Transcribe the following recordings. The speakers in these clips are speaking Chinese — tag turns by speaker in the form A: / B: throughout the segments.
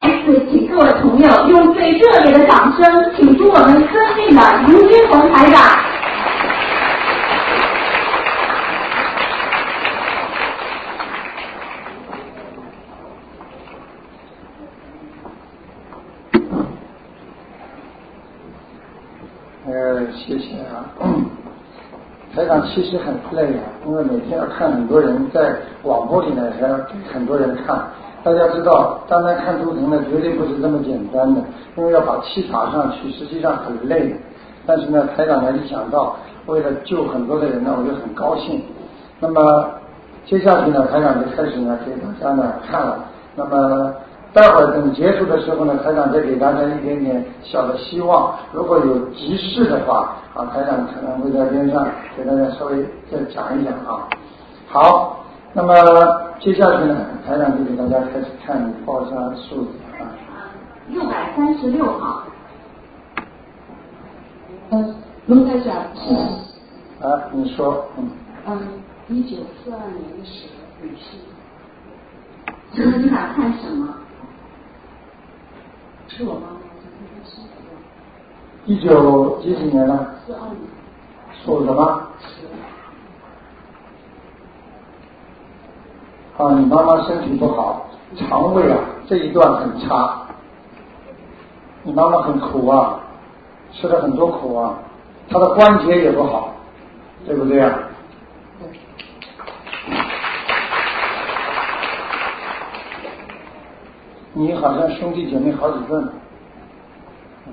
A: 哎
B: 此，请各位朋友用最热烈的掌声，请出我们尊敬的卢军红台长。
C: 呃，谢谢啊。 台长其实很累啊，因为每天要看很多人在广播里呢，还要给很多人看。大家知道，单单看图腾呢，绝对不是这么简单的，因为要把气打上去，实际上很累。但是呢，台长呢一想到为了救很多的人呢，我就很高兴。那么接下去呢，台长就开始呢给大家呢看了。那么待会儿等结束的时候呢，台长再给大家一点点小的希望。如果有急事的话，啊，台长可能会在边上给大家稍微再讲一讲啊。好，那么接下去呢，台长就给大家开始看报一下数字啊。
B: 六百三十六号。嗯，龙台长是
C: 啊，你说，嗯，
B: 嗯，一九四二年的蛇女性。请问你想看什么？是我妈妈，
C: 一九几几年呢？
B: 四二年
C: 属什么？啊，你妈妈身体不好，肠胃啊这一段很差。你妈妈很苦啊，吃了很多苦啊，她的关节也不好，对不对啊？你好像兄弟姐妹好几个呢。嗯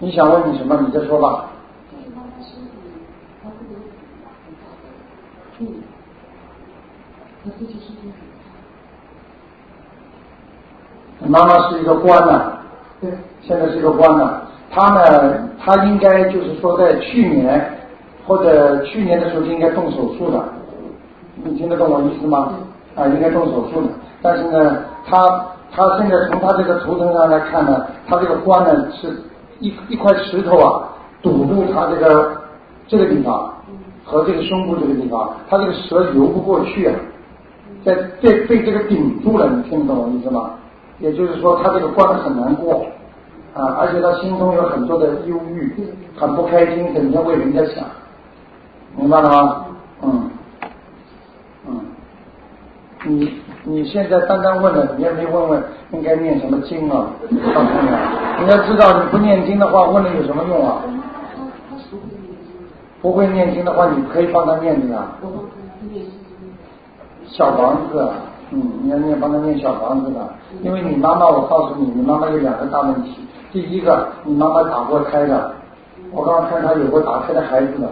C: 你想问你什么？你再说吧。
B: 嗯
C: 你妈妈是一个官呐、
B: 对，
C: 现在是个官了。他呢，他应该就是说在去年或者去年的时候就应该动手术的，你听得懂我意思吗？啊，应该动手术的。但是呢，他他现在从他这个图腾上来看呢，他这个官呢是一一块石头啊堵住他这个这个地方和这个胸部这个地方，他这个蛇游不过去啊。在被被这个顶住了，你听得懂我意思吗？也就是说，他这个关得很难过啊，而且他心中有很多的忧郁，很不开心，整天为人家想，明白了吗？嗯，嗯，你你现在单单问了，你也没问问应该念什么经啊？告诉你，你要知道，你不念经的话，问了有什么用啊？不会念经的话，你可以帮他念啊的呀。小房子，嗯，你要念帮他念小房子的，因为你妈妈，我告诉你，你妈妈有两个大问题。第一个，你妈妈打过胎的，我刚刚看她有过打胎的孩子的，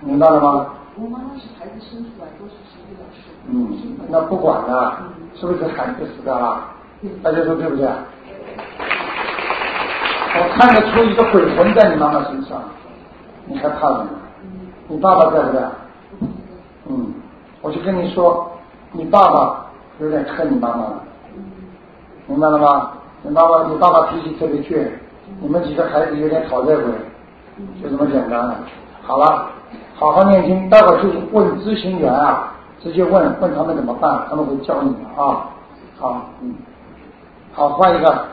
C: 明白了吗？
D: 我妈妈是孩子生
B: 啊
D: 出来都是十一老师，
C: 嗯，那不管了，是不是孩子死的啦？大家说对不对？啊？我看得出一个鬼魂在你妈妈身上，你还怕什么？你爸爸在不在？嗯，我就跟你说，你爸爸有点克你妈妈了，明白了吗？你妈妈，你爸爸脾气特别倔，你们几个孩子有点讨债鬼，就这么简单了。好了，好好念经，待会儿去问咨询员啊，直接问问他们怎么办，他们会教你的啊。好，嗯，好，换一个，
E: 啊，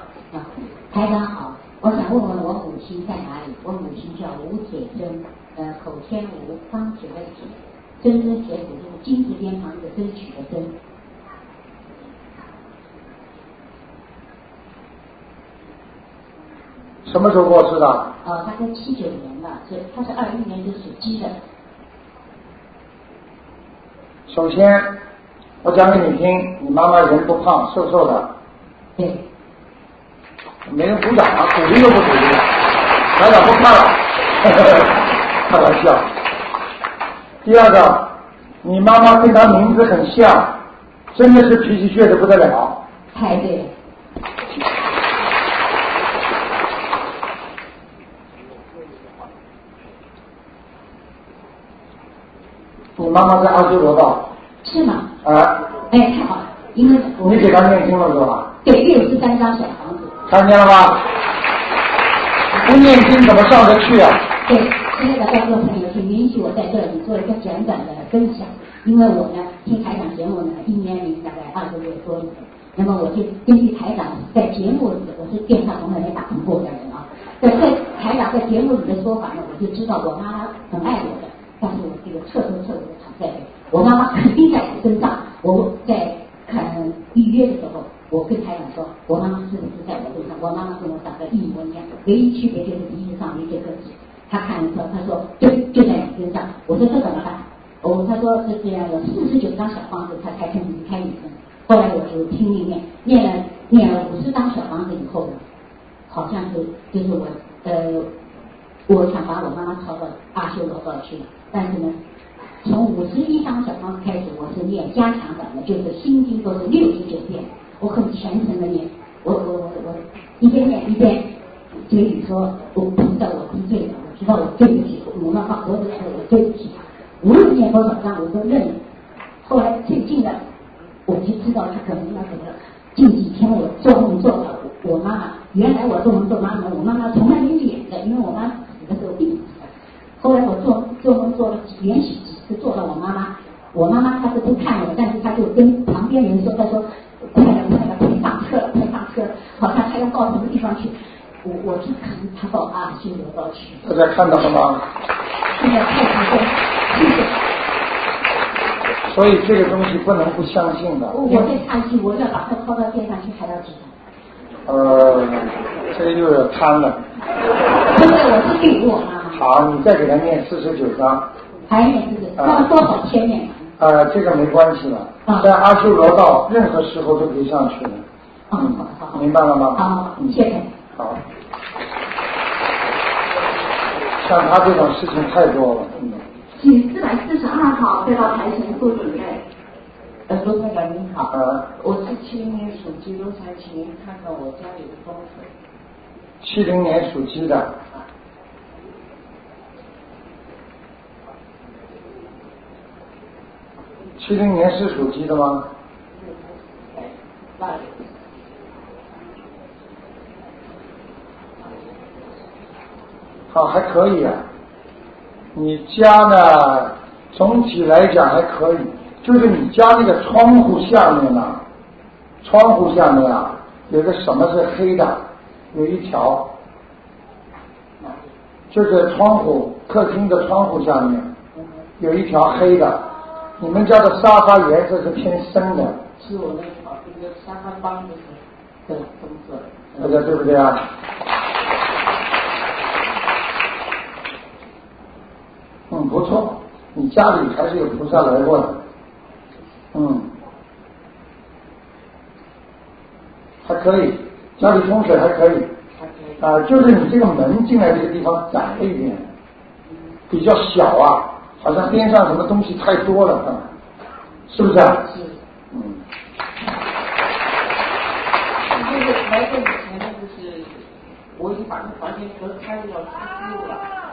E: 台长好，我想问问我母亲在哪里？我母亲叫吴铁珍，呃，口天吴，方铁的铁，真是铁骨路，金字边旁一个争取的争。
C: 什么时候过世的？
E: 哦，大概七九年吧，所以她是二一年就属鸡的。
C: 首先，我讲给你听，你妈妈人不胖，瘦瘦的，
E: 对，
C: 没人鼓掌啊，鼓励都不鼓励，台长不看了， 开玩笑。第二个，你妈妈跟她名字很像，真的是脾气倔得不得了。
E: 太对了，
C: 你妈妈在阿修罗道，
E: 是吗？
C: 啊，
E: 哎，太好了，因为我
C: 你给她念经了是吧？
E: 对六十三张小房子，
C: 看见了吗？不念经怎么上得去啊？
E: 对，亲爱的观众朋友，请允许我在这里做一个简短的分享，因为我呢听台长节目呢一年零大概二十多多一点，那么我就根据台长在节目里，我是电话从来没打通过的人啊，在在台长在节目里的说法呢，我就知道我妈妈很爱我的，但是我这个彻头彻尾的躺在这里，我妈妈肯定在我身上，我在看预约的时候。我跟台长说，我妈妈是不是在我身上？我妈妈跟我长得一模一样，唯一区哎别就是鼻子上有一些个痣。他看了之后，他说就就在你身上。我说这怎么办？我他说是这样，有四十九张小房子，他才肯离开你们。后来我就拼命念，念了念了五十张小房子以后呢，好像是就是我呃，我想把我妈妈抄到阿修罗道去了，但是呢。从五十一张小房子开始，我是念加强版的，就是心经都是六十九遍，我很虔诚的念，我我我我一边念一边嘴里说，我不知道我得罪了，我知道我对不起，我妈妈活着时候我对不起，无论念多少章我都认了。后来最近的，我就知道他可能要怎么了。近几天我做梦做到我妈妈，原来我做梦做妈妈，我妈妈从来没有演的，因为我妈死的时候病死的。后来我做做梦做了连续几次做到我妈妈，我妈妈她是不看我，但是她就跟旁边人说，她说快了快了，快上车了，快上车了，好像她要到什么地方去。我我就看她到阿修罗道去。
C: 大家看到了吗？
E: 真的太感动，谢谢。
C: 所以这个东西不能不相信的。
E: 我在叹息，我要把它抛到天上去，还要几张？
C: 呃，这个又要贪了。
E: 真的，我是给我妈。
C: 好，你再给他念四十九章。
E: 还念四十九，那多少天呢？
C: 呃，这个没关系了，在阿修罗道任何时候都可以上去的。
E: 嗯，好好，
C: 明白了吗？嗯
E: 好，谢谢。
C: 好。像他这种事情太多了，嗯。
A: 请四百四十二号再到台前做准备。
F: 呃，罗台长您好，
C: 呃，
F: 我是七零年属鸡，罗台，请您看看我家里的风水。
C: 七零年属鸡的。七零年是属鸡的吗？好，还可以啊。你家呢，总体来讲还可以，就是你家那个窗户下面呢，窗户下面啊，有个什么是黑的，有一条，就是窗户客厅的窗户下面有一条黑的。你们家的沙发颜色是偏深的，
F: 是我那个那个沙发帮的是粉红色，
C: 大家对不对啊？嗯，不错，你家里还是有菩萨来过的，嗯，还可以，家里风水还可以，啊、呃，就是你这个门进来这个地方窄一点，比较小啊。好像边上什么东西太多了，嗯、是不是、啊？
F: 是。
C: 嗯。
F: 就是来这以前呢，就是我已经把这房间隔开了，要出租了。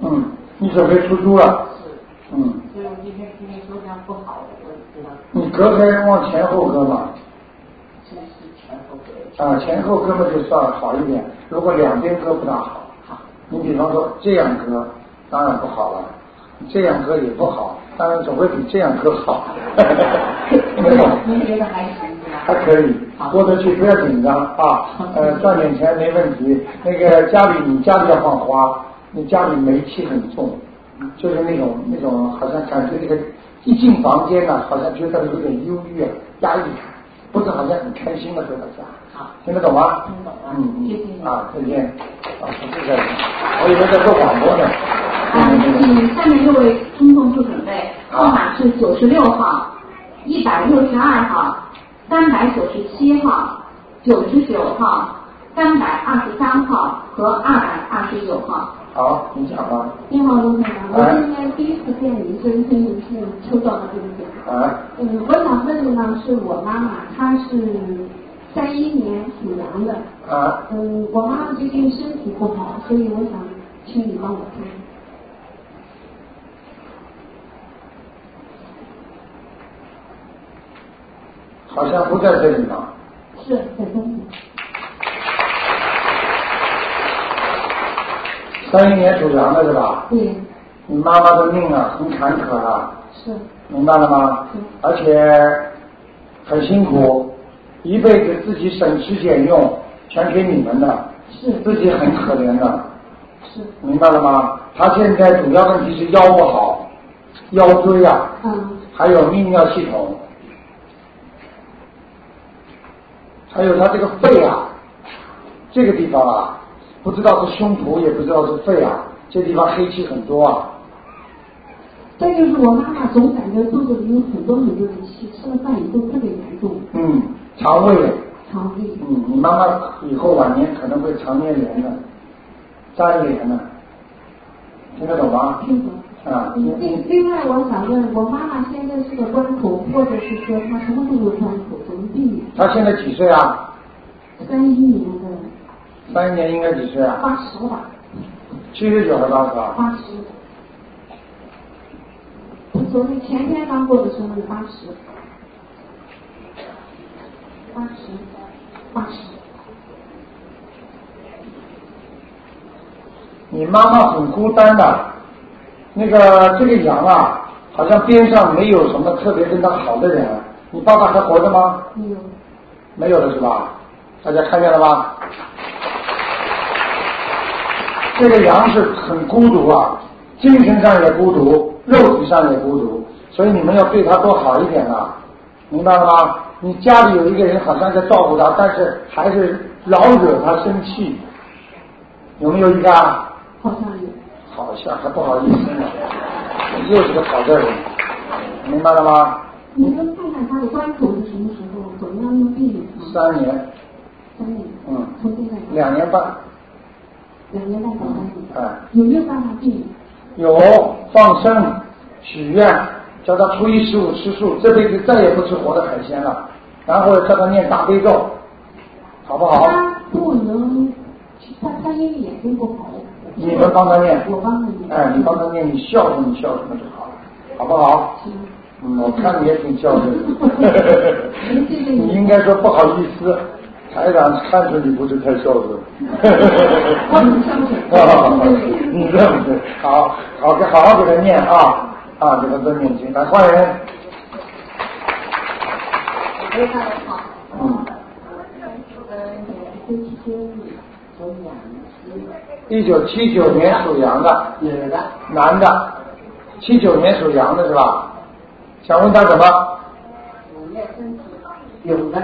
C: 嗯，你准备出租了？
F: 是。
C: 嗯。
F: 所以我今天今天说这样不好，我知道。
C: 你隔开往前后隔嘛？
F: 是是前后
C: 隔。啊，前后隔嘛就算好一点，如果两边隔不大好。啊
F: 好。
C: 你比方说这样隔，当然不好了。这样割也不好，当然总会比这样割好。
F: 您觉得还行吧？
C: 还啊可以，过得去，不要紧张啊。呃，赚点钱没问题。那个家里，你家里要放花，你家里霉气很重，就是那种那种，好像感觉那个一进房间呢，好像觉得有点忧郁、啊压抑，不是好像很开心的回到家。
F: 好，
C: 听得懂
F: 吗？听懂了。嗯
C: 嗯。啊，再见。啊，不是再见，我以为在做广播呢。
A: 嗯，请下面六位听众做准备，号码是九十六号、一百六十二号、三百九十七号、九十九号、三百二十三号和二百二十九号。
C: 好，你讲吧。
D: 你好，卢台长，我今天第一次见你，所以说你是抽到的对不对？
C: 啊。
D: 嗯，我想问的呢是我妈妈，她是三一年属羊的。
C: 啊。
D: 嗯，我妈妈最近身体不好，所以我想请你帮我看。
C: 好像不在这里吧？
D: 是在东北。
C: 三一年属羊的是吧？
D: 对。
C: 你妈妈的命啊，很坎坷啊。
D: 是。
C: 明白了吗？
D: 嗯。
C: 而且很辛苦，一辈子自己省吃俭用，全给你们的，
G: 是
C: 自己很可怜的，
G: 是
C: 明白了吗？他现在主要问题是腰不好，腰椎啊，
G: 嗯
C: 还有泌尿系统，还有他这个肺啊，这个地方啊，不知道是胸脯，也不知道是肺啊，这地方黑气很多啊。
H: 再就是我妈妈总感觉肚子里有很多很多的气，吃了饭以后特别严重，
C: 嗯，肠胃，
H: 肠胃
C: 嗯，你妈妈以后晚年可能会肠粘连的，粘连的，听得懂吗？
H: 听着。
C: 啊，你
H: 嗯另另外，我想问，我妈妈现在是个关口，或者是说她什么都有关口，怎么避免？
C: 她现在几岁啊？
H: 三一年的
C: 三一年应该几岁啊？
H: 八十吧，
C: 七十九还是八十啊？
H: 八十。我昨天前天刚过的生日，八十，八十，八十。
C: 你妈妈很孤单的，那个这个羊啊，好像边上没有什么特别跟她好的人。啊你爸爸还活着吗？
H: 没有，
C: 没有了是吧？大家看见了吧？这个羊是很孤独啊，精神上也孤独，肉体上也孤独，所以你们要对它多好一点啊，明白了吗？你家里有一个人好像在照顾它，但是还是老惹它生气，有没有一个啊？
H: 好像有。
C: 好像还不好意思呢，又是个讨债人，明白了吗？
H: 你能看看她的关口是什么时候？怎么样能避免吗？
C: 三年，
H: 三年，
C: 嗯
H: 从现在
C: 两年半，
H: 两年半到三年，
C: 哎。
H: 有没有办法避免？
C: 有放生、许愿，叫他初一十五吃素，这辈子再也不吃活的海鲜了。然后叫他念大悲咒，好不好？
H: 他不能，他他因为眼睛不好，
C: 你们帮他念，
H: 我帮他念
C: 哎，你帮他念，你孝顺，你孝顺他就好了，好不好？
H: 行，
C: 嗯，我看你也挺孝顺的
H: 谢谢你
C: 你应该说不好意思，台长看着你不是太孝顺。
H: 我很孝顺
C: 啊， 你这么对，好好给好好给他念啊啊，给他多念经，来换人。
E: 我大家好，
C: 嗯，
E: 嗯，我是天宇，我养
C: 一九七九年属羊的，
E: 女的，
C: 男的，七九年属羊的是吧？想问他什么？
E: 我们的身体有的，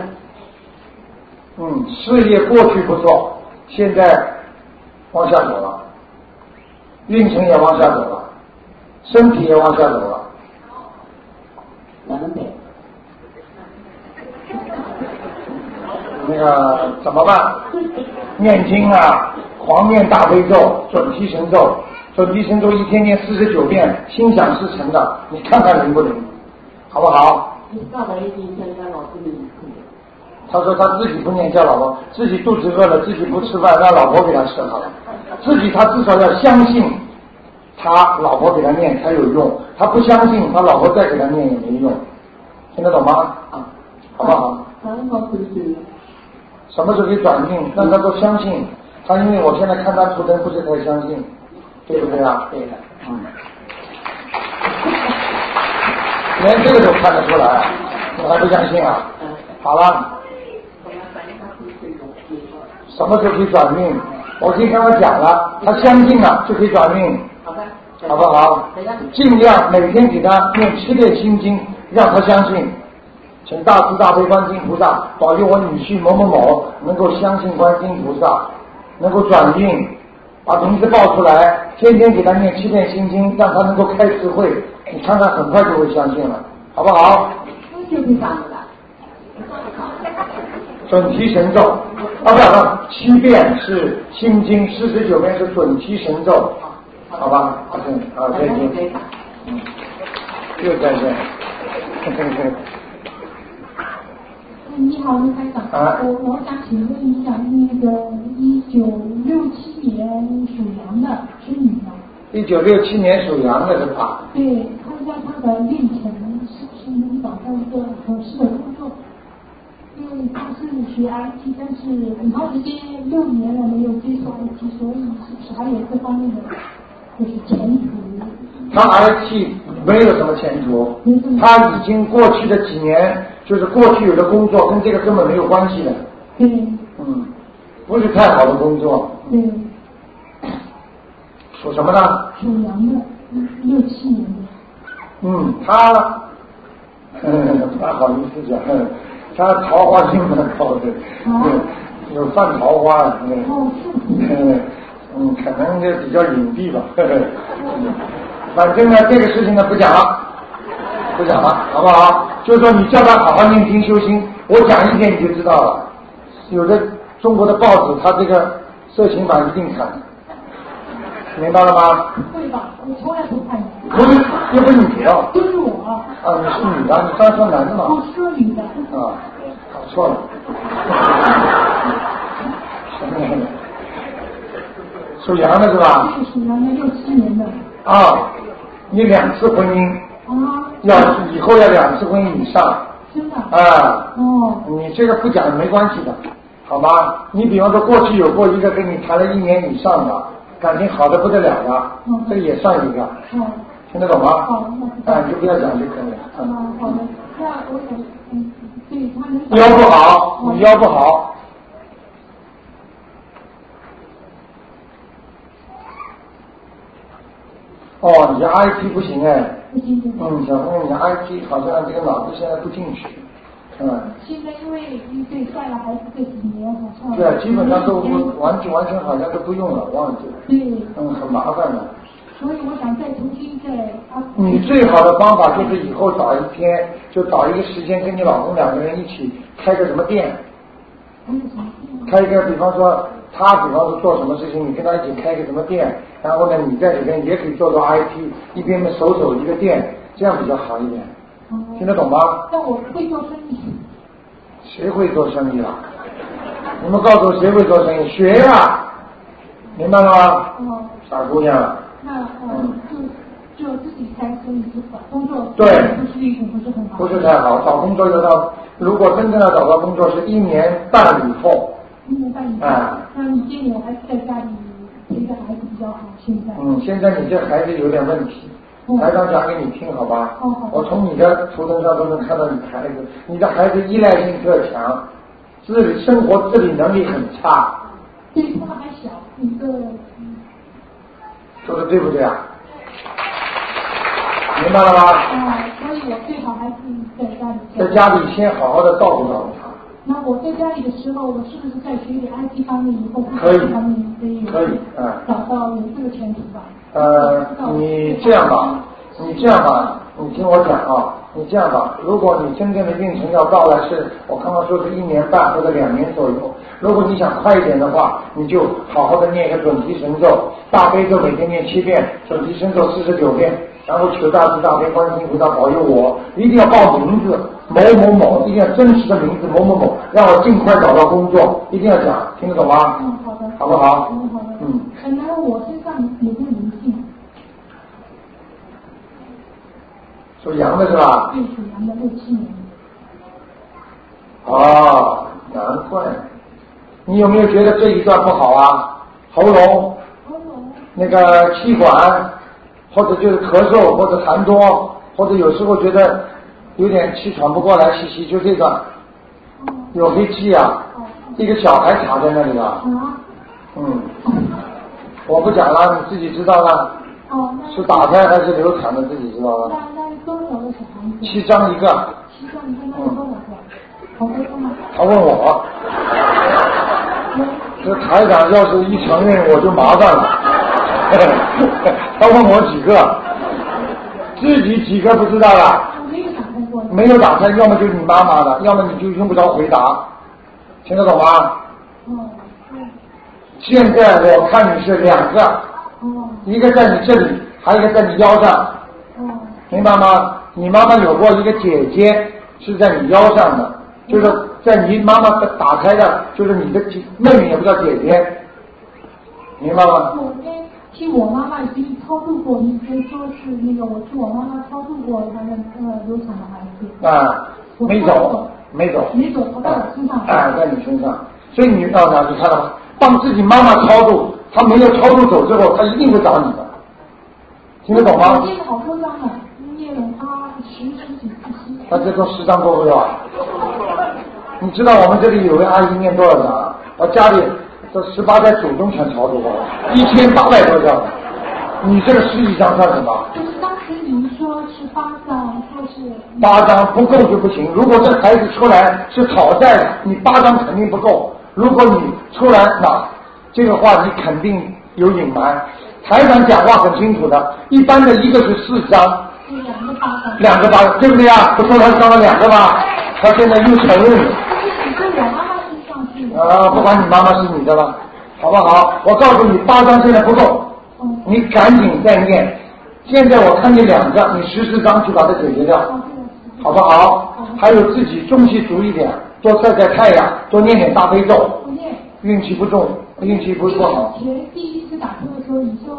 C: 嗯，事业过去不错，现在往下走了，运程也往下走了，身体也往下走了。
E: 两百，
C: 那个怎么办？念经啊，狂念大悲咒、准提神咒，准提神咒一天念四十九遍，心想事成的，你看看灵不灵，好不好？
E: 你到了一定参加老师的仪式。
C: 他说他自己不念，叫老婆自己肚子饿了，自己不吃饭，让老婆给他吃好了。自己他至少要相信他老婆给他念才有用，他不相信他老婆再给他念也没用，听得懂吗？啊，好不好？
E: 很好，回去。
C: 什么时候可以转运，让他都相信。他因为我现在看他图腾不是太相信，对不对啊？
E: 对的，嗯，
C: 连这个都看得出来，啊我还不相信啊？好了，
E: 我们反正他回去有机会。
C: 什么时候可以转运？我可以跟他讲了，他相信了就可以转运。
E: 好吧，
C: 好不好
E: 大家？
C: 尽量每天给他念七遍心经，让他相信。请大慈大悲观世音菩萨保佑我女婿某某某能够相信观世音菩萨，能够转运，把名字报出来，天天给他念七遍心经，让他能够开智慧。你看看，很快就会相信了，好不好？
E: 就是这样子的。
C: 准提神咒啊，不不，七遍是心经，四十九遍是准提神咒，好吧？好，好，再见。嗯，又在这。
H: 嗯，你好，卢台长，
C: 啊
H: 我我想请问一下，那个一九六七年属羊的是女的，
C: 一九六七年属羊的是吧？
H: 对，看一下她的运程是不是能找到一个合适的工作，因为她是学 IT，但是很长时间六年了没有接触 IT，所以是不是还有这方面的就是前途？
C: 他 IT 没有什么前途
H: 嗯，
C: 他已经过去的几年就是过去有的工作跟这个根本没有关系的，
D: 对
C: 嗯，不是太好的工作，
D: 对，
C: 属什么呢？
D: 属羊的，六七年的，
C: 嗯，他， 呵呵不大好意思讲， 呵他桃花运蛮好的，
D: 啊
C: 嗯，有犯桃花，嗯
D: 哦，
C: 嗯，嗯可能就比较隐蔽吧， 呵呵嗯反正呢，这个事情呢不讲了，不讲了，好不好？就说你叫他好好念经修心，我讲一点你就知道了。有的中国的报纸，他这个色情版一定看，明白了吗？
D: 会吧？我从来不看的，
C: 不是，又不是你要。
D: 都是我，
C: 啊，你是女的，你刚才说男的嘛？
D: 我说你的，
C: 啊，搞错了。 属羊的是吧？
D: 是属羊的，六七年的，
C: 啊，你两次婚姻，
D: 啊，
C: 要以后要两次婚姻以上
D: 真的，
C: 啊。
D: 哦，
C: 你这个不讲没关系的，好吗？你比方说过去有过一个跟你谈了一年以上的，感情好的不得了的
D: 嗯，
C: 这也算一个，
D: 哦。
C: 听得懂
D: 好
C: 吗？
D: 那
C: 啊，你就不要讲就可以了。啊
D: 啊，好的，那我想，嗯，对他能找
C: 腰不好，你腰不好。哦，你的 IT 不行哎，
D: 不行不行。
C: 嗯，小朋友，你的 IT 好像这个脑子现在不进去，嗯，
D: 现在因为一对带了孩子这几年，好像
C: 对啊，基本上都
D: 嗯
C: 完全完全好像都不用了，忘记了，
D: 对，
C: 嗯，很麻烦的。
D: 所以我想再重新再啊，
C: 你最好的方法就是以后找一天，就找一个时间跟你老公两个人一起开个什么店，
D: 还有什么地方
C: 开一个，比方说他比方说做什么事情，你跟他一起开个什么店，然后呢，你在里面也可以做做 IT，一边手手一个店，这样比较好一点，听
D: 哦，
C: 得懂吗？
D: 但我不会做生意，
C: 谁会做生意啊？你们告诉我谁会做生意？学呀、明白了吗？
D: 哦，
C: 傻姑娘，
D: 那呃就就自己单身，就找工作，
C: 对
D: 不是一种不是很好，
C: 不是太好，找工作要到，如果真正要找到工作，是一年半以后。
D: 一年半以
C: 啊
D: 上，那你建议我还是在家里陪着孩子比较好，现在，
C: 嗯，现在你这孩子有点问题，
D: 嗯
C: 台长讲给你听好吧？
D: 好好
C: 我从你的图腾上都能看到你孩子，你的孩子依赖性特强，自理生活自理能力很差，
D: 对他们还小，一个嗯
C: 说的对不对啊？明白了吧？
D: 啊，所以我最好还是在家里。
C: 在家里先好好的照顾照顾他，
D: 那我在家里的时候，我是不是在学点 IT 方面以后，
C: 可以
D: 方面可以
C: 可以啊
D: 找到有这个前途吧？
C: 呃，你这样吧，你这样吧，你听我讲啊，你这样吧，如果你真正的运程要到来是，我刚刚说是一年半或者两年左右，如果你想快一点的话，你就好好的念一个准提神咒，大悲咒每天念七遍，准提神咒四十九遍，然后求大慈大悲观世音菩萨保佑我，一定要报名字某某某，一定要真实的名字某某某，让我尽快找到工作，一定要讲，听得懂吗？
D: 嗯，好的。
C: 好不好
D: 嗯，好的。
C: 嗯。
D: 本来我身上有个灵性，
C: 属羊的是吧？
D: 对属羊的六七年，
C: 哦，难怪。你有没有觉得这一段不好啊？喉咙、
D: 喉咙
C: 那个气管，或者就是咳嗽，或者痰多，或者有时候觉得有点气喘不过来，气息就这段有黑气啊，一个小孩卡在那里了。
D: 啊，
C: 嗯，我不讲了，你自己知道了，
D: 哦，那
C: 是打胎还是流产的自己知道了。
D: 那那多少个小房子？
C: 七张一个，
D: 七上一共有多少个？好多吗？
C: 他问我，这台长要是一承认我就麻烦了， 他问我几个，自己几个不知道了，
D: 我没有打开
C: 没有打开，
D: 过的。
C: 要么就是你妈妈的，要么你就用不着回答，听得懂吗？
D: 哦，对
C: 现在我看你是两个，
D: 哦
C: 一个在你这里，还有一个在你腰上，
D: 哦
C: 明白吗？你妈妈有过一个姐姐是在你腰上的，
D: 嗯
C: 就是在你妈妈打开的，就是你的姐妹妹也不叫姐姐，明白吗？
D: 我跟替我妈妈已经超度过，你跟说是那个我替我妈妈超度过她的呃流产的孩子，
C: 啊，没走，没走，
D: 没走我在我身上
C: 啊，在你身上，所以你到哪你看到吗？帮自己妈妈超度，她没有超度走之后，她一定会找你的，听得懂吗？
D: 我念了好多章了，念了她十十几次七，
C: 他这种十张够不够啊？你知道我们这里有个阿姨念多少张啊？她家里这十八代祖宗全超度过了，一千八百多张。你这个十几张算什么？
D: 就是当时你们说是八张，说是
C: 八张不够就不行。如果这孩子出来是讨债的，你八张肯定不够。如果你出来拿这个话，你肯定有隐瞒。台长讲话很清楚的，一般的一个是四张，
D: 是两个八张。
C: 两个八，对不对啊？不说他伤了两个吗？他现在又承认了。
D: 但是你对我妈妈身上是有
C: 啊，不管你妈妈是你的了，好不好？我告诉你，八张现在不够，
D: 嗯
C: 你赶紧再念。现在我看你两张，你十四张去把它解决掉，
D: 哦对了是
C: 好不好？还有自己中气足一点，多晒晒太阳，多念点大悲咒。
D: 我念。
C: 运气不重，运气不是不好。
D: 学第一次打坐的时候，你说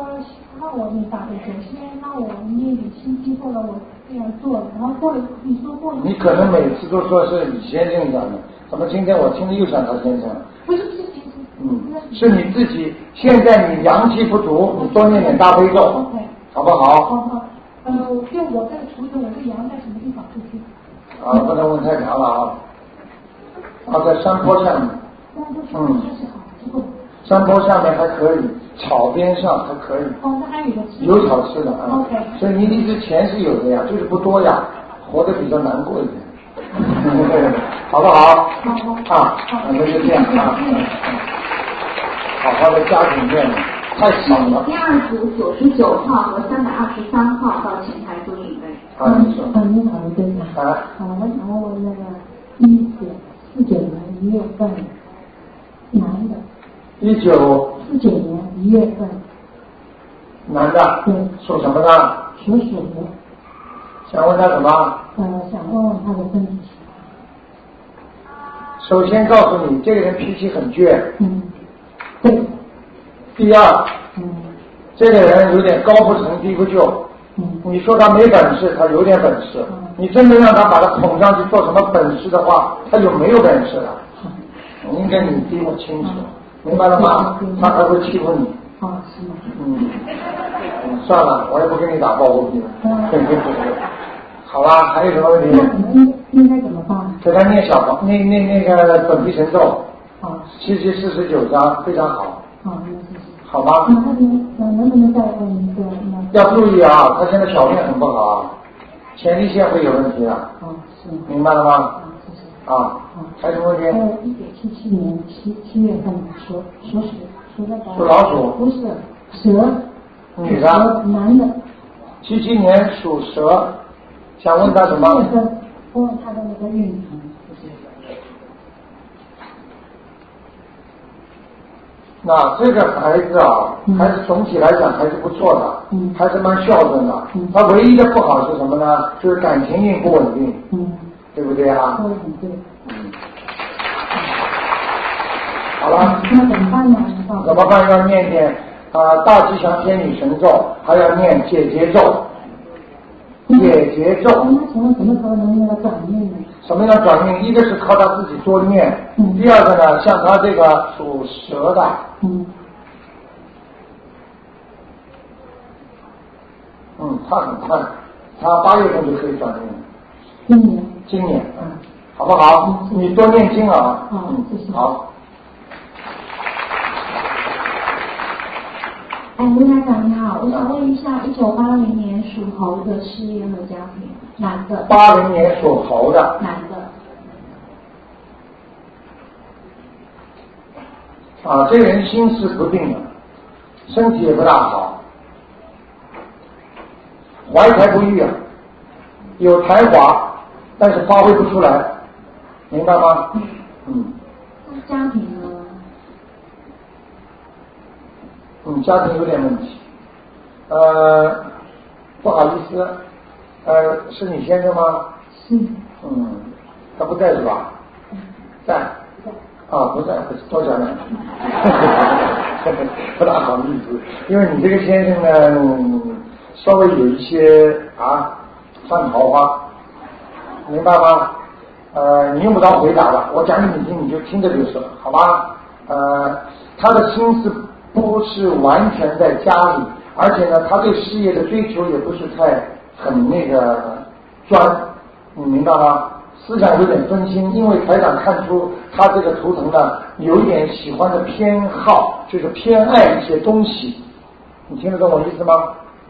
D: 让我念大悲咒，先让我念几星期，后来我这样做了，然后过了你说过了，
C: 你可能每次都说是李先生讲的，怎么今天我听着又像他先生了？
D: 不是不是别人，
C: 嗯，是你自己现在你阳气不足，你多念点大悲咒
D: OK，
C: 好不
D: 好
C: 好？
D: 好，呃，我就我在除了我这阳在什么地方出去？
C: 啊，不能问太长了啊。啊，在山坡上面，
D: 那就是开始好之后，
C: 山坡下面还可以，草边上还可以，
D: 哦，那还有一个是
C: 有草吃的啊。
D: OK
C: 所以你一直钱是有的呀，就是不多呀，活得比较难过一点， 好不好？
D: 好
C: 啊，那就这样啊，嗯嗯好好的家庭面子太少了
A: 第二组九十九号和三百二十三号到前台做准备。
C: 啊，你说
E: 嗯，你好，卢队长。
C: 啊，
E: 好，我想问问那个一九四九年一月份，男的，
C: 一九
E: 四九年一月份
C: 男的
E: 对
C: 属什么的？
E: 属鼠的，
C: 想问他什么？
E: 呃，想问问他的身体情况。
C: 首先告诉你，这个人脾气很倔。
E: 嗯，对，
C: 第二，
E: 嗯
C: 这个人有点高不成低不就。
E: 嗯
C: 你说他没本事，他有点本事；你真的让他把他捧上去做什么本事的话，他有没有本事了？
E: 好，
C: 应该你比我清楚，明白了吗？他还会欺负你。
E: 好，是吗？
C: 嗯，算了，我也不跟你打抱不平。 好啦，还有什么问题
E: 那？怎么应应该怎么办呢？
C: 给他念小房，念念那个本地神咒，啊
E: 好，
C: 七七四十九章，非常好，
E: 好，那嗯谢谢。
C: 好吗？
E: 那他能呃能不能再问一个那个？
C: 要注意啊，他现在小便很不好啊，前列腺会有问题的，
E: 好，是吗？
C: 明白了吗？
E: 好，谢谢。
C: 啊，还有什么问
E: 还
C: 题？
E: 有一九七七年七七月份属属鼠，属那个
C: 属老鼠
E: 不是蛇，
C: 女的，
E: 男的，
C: 七七年属蛇，想问他什
E: 七月
C: 么？
E: 份问问他的那个运程，就是
C: 那这个孩子啊，
E: 嗯
C: 还是总体来讲还是不错的，
E: 嗯
C: 还是蛮孝顺的
E: 嗯。
C: 他唯一的不好是什么呢？就是感情运不稳定，
E: 嗯，
C: 对不对啊？
E: 说的很对。
C: 好了，
E: 那怎么办呢？你告诉
C: 怎
E: 我
C: 么办？要念念啊、大吉祥天女神咒，还要念解结咒。解结咒
E: 那请问什么时候能那个转运呢？
C: 什么样转运？一个是靠他自己多念，
E: 嗯
C: 第二个呢，像他这个属蛇的，
E: 嗯，
C: 嗯，他很快，他八月份就可以转运了，
E: 今年，
C: 今年，
E: 嗯，
C: 好不好？
E: 嗯
C: 你多念经啊，
E: 好
C: 嗯
E: 谢谢
C: 好，
A: 哎，吴台长你好，我想问一下，一九八零年属猴的事业和家庭，男的，
C: 八零年属猴的，
A: 男的，
C: 啊，这人心思不定的，身体也不大好，怀才不遇啊，有才华，但是发挥不出来，明白吗？嗯
A: 那家庭呢？
C: 嗯，家庭有点问题，呃，不好意思，呃，是你先生吗？
E: 是
C: 嗯，他不在是吧？在。啊，不在，多讲两句， 不大好意思，因为你这个先生呢，嗯稍微有一些啊，犯桃花，明白吗？呃，你用不着回答了，我讲给你听，你就听着就是了，好吧？呃，他的心思不是完全在家里，而且呢，他对事业的追求也不是太很那个专，你明白吗？思想有点分心，因为台长看出他这个图腾呢，有一点喜欢的偏好，就是偏爱一些东西。你听得懂我意思吗？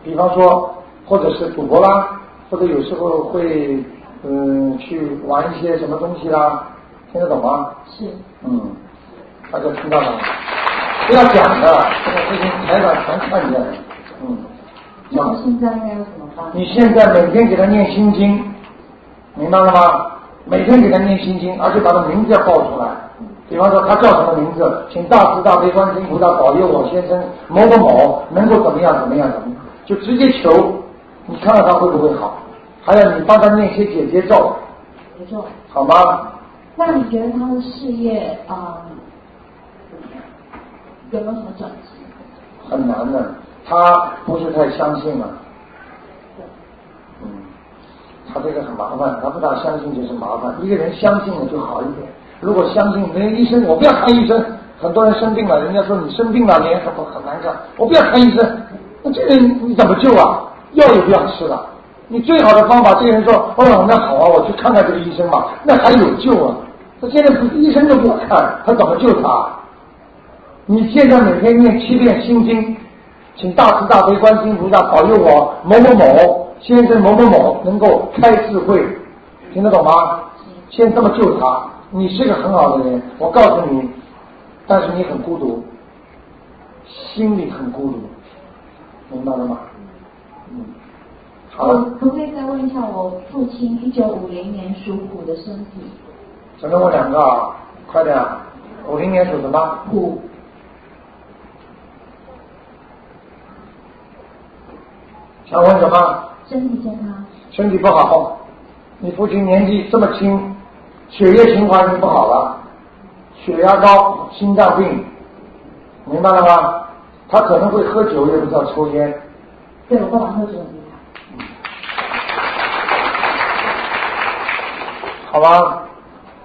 C: 比方说，或者是赌博啦，或者有时候会嗯去玩一些什么东西啦，听得懂吗？
E: 是，
C: 嗯，大家听到了吗？不要讲了，这个事情台长全看见了。嗯，
E: 那我现在该怎么办？
C: 你现在每天给他念心经，明白了吗？每天给他念心经，而且把他名字要报出来。比方说他叫什么名字，请大慈大悲观世音菩萨保佑我先生某某某能够怎么样怎么样怎么样，就直接求，你看看他会不会好？还有你帮他念些姐姐咒，
E: 没错。
C: 好吗？
E: 那你觉得他的事业
D: 呃
E: 啊、有没有什么转机？
C: 很难的，他不是太相信了。嗯，他这个很麻烦，他不大相信就是麻烦。一个人相信了就好一点，如果相信没医生，我不要看医生。很多人生病了，人家说你生病了，脸很不很难看，我不要看医生。那这人你怎么救啊？药也不要吃了。你最好的方法，这个人说，哦，那好啊，我去看看这个医生吧，那还有救啊。他现在不医生都不看，他怎么救他啊？你现在每天念七遍心经，请大慈大悲观世音菩萨保佑我某某某先生某某某能够开智慧，听得懂吗？先这么救他，你是个很好的人，我告诉你，但是你很孤独，心里很孤独，明白了吗？嗯，好
E: 我
C: 了，
E: 可不可以再问一下我父亲一九五零年属虎的身体？
C: 只能我两个啊，快点啊！五零年属什么？
E: 虎，
C: 想问什么？
E: 身体健康，
C: 身体不好，你父亲年纪这么轻，血液循环已经不好了，血压高，心脏病，明白了吗？他可能会喝酒，也不知道抽烟。
E: 对我爸爸喝酒很厉害。
C: 好吧，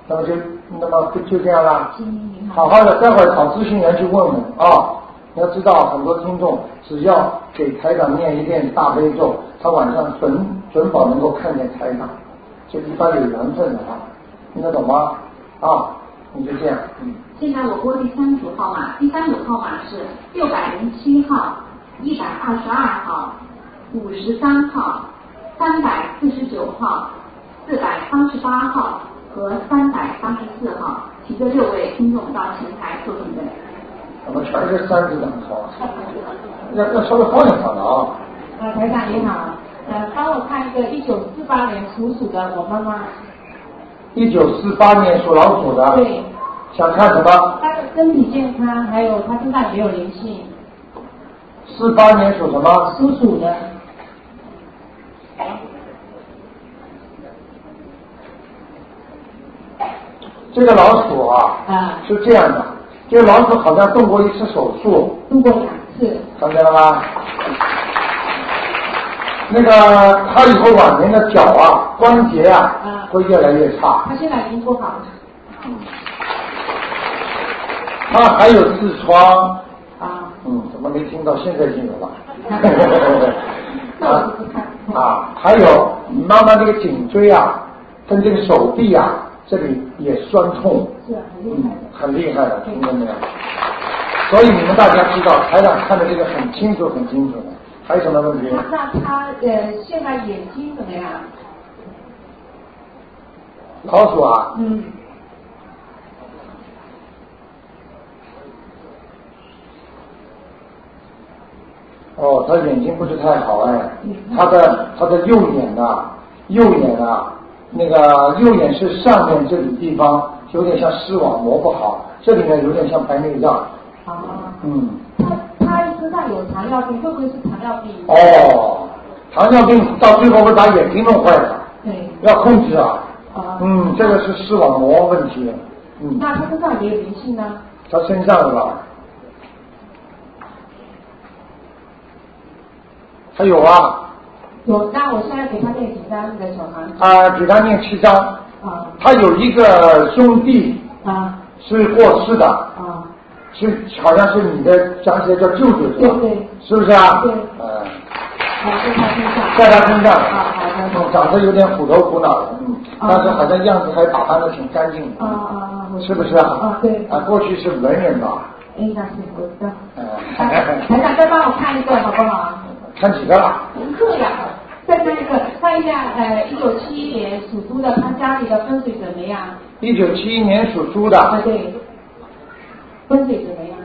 C: 那么就那么就就这样啦
E: 行行。好
C: 好好的，待会儿找咨询员去问问啊。你要知道，很多听众只要给台长念一遍大悲咒，他晚上准准保能够看见台长，就一般有缘分的话，听得懂吗？啊，你就这样，嗯，
A: 现在我拨第三组号码，第三组号码是六百零七号、一百二十二号、五十三号、三百四十九号、四百三十八号和三百三十四号，请这六位听众到前台做准备。
C: 怎么全是三十两条？要要稍微放一放的啊。
H: 呃，台长你好，呃，帮我看一个一九四八年属鼠的我妈妈，
C: 一九四八年属老虎的，
H: 对，
C: 想看什么？
H: 她的身体健康，还有她身上有没有灵性，
C: 四八年属什么？
H: 属鼠的，
C: 这个老鼠啊，
H: 啊，
C: 是这样的，这个老鼠好像动过一次手术，
H: 动过两次，
C: 看见了吗？那个它以后晚年的脚啊、关节啊
H: 嗯，
C: 会越来越差。
H: 她现在已经不好了，
C: 它还有痔疮，
H: 啊，
C: 嗯，怎么没听到？现在听有了。
H: 那我就不看，
C: 啊，还有你妈妈这个颈椎啊，跟这个手臂啊，这里也酸痛，
H: 是很厉
C: 嗯
H: 害的，，
C: 很厉害的，听见没有？所以你们大家知道，台长看的这个很清楚，很清楚的。还有什么问题？
H: 那那她呃现在眼睛怎么样？
C: 老鼠啊，
H: 嗯，
C: 哦，他眼睛不是太好哎，他的他的右眼呐、右眼啊，那个右眼是上面这里地方有点像视网膜不好，这里面有点像白内障，
H: 啊，
C: 嗯，
H: 她她身上有糖尿病，会不会是糖尿病？
C: 哦，糖尿病到最后会把眼睛弄坏的，
H: 对，
C: 要控制啊，
H: 啊，
C: 嗯，这个是视网膜问题，嗯，
H: 那她身上有没有灵性呢？
C: 他身上啊是吧？他有啊，
H: 有，那我现在给她练几张那个小房子，
C: 啊、给他念七章，
H: 啊
C: 他有一个兄弟
H: 啊
C: 是过世的，
H: 啊。
C: 是好像是你的，想起来叫舅舅是吧？
H: 对对
C: 是不是啊？
H: 对
C: 嗯，
H: 好，在他身上。
C: 在他身上
H: 好好的，
C: 嗯长得有点虎头虎脑的，嗯，
H: 哦
C: 但是好像样子还打扮的挺干净的，
H: 啊
D: 呃
H: 啊啊！我
C: 是不是啊？
H: 啊，对。
C: 啊，过去是文人吧？
H: 哎，那是我知道。
C: 嗯、
H: 台长，再帮我看一个好不好？
C: 看几个了？
H: 乘客呀，再看一个，看一下呃，一九七一年属猪的，他家里的风水怎么样？
C: 一九七一年属猪
H: 啊，
C: 的，
H: 对，风水怎么样？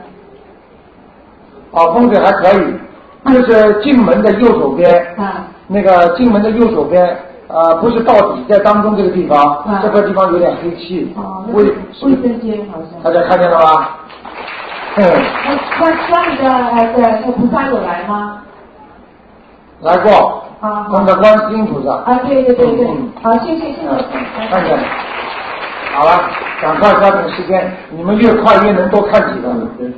C: 啊，风水还可以，就是进门的右手边，
H: 啊，
C: 那个进门的右手边，呃，不是到底，在当中这个地方，
H: 嗯
C: 这个地方有点黑气，
H: 哦，那
C: 卫
H: 是卫生间好像。
C: 大家看见了吗？嗯，
H: 那那家里的呃的那菩萨有来吗？
C: 来过，
H: 啊
C: 供的观世音菩萨，
H: 啊，对对对对
C: 嗯，
H: 好，谢谢谢谢
C: 嗯，
H: 台
C: 看
H: 长
C: 见了，好了，赶快抓紧时间，你们越快越能多看几个，嗯，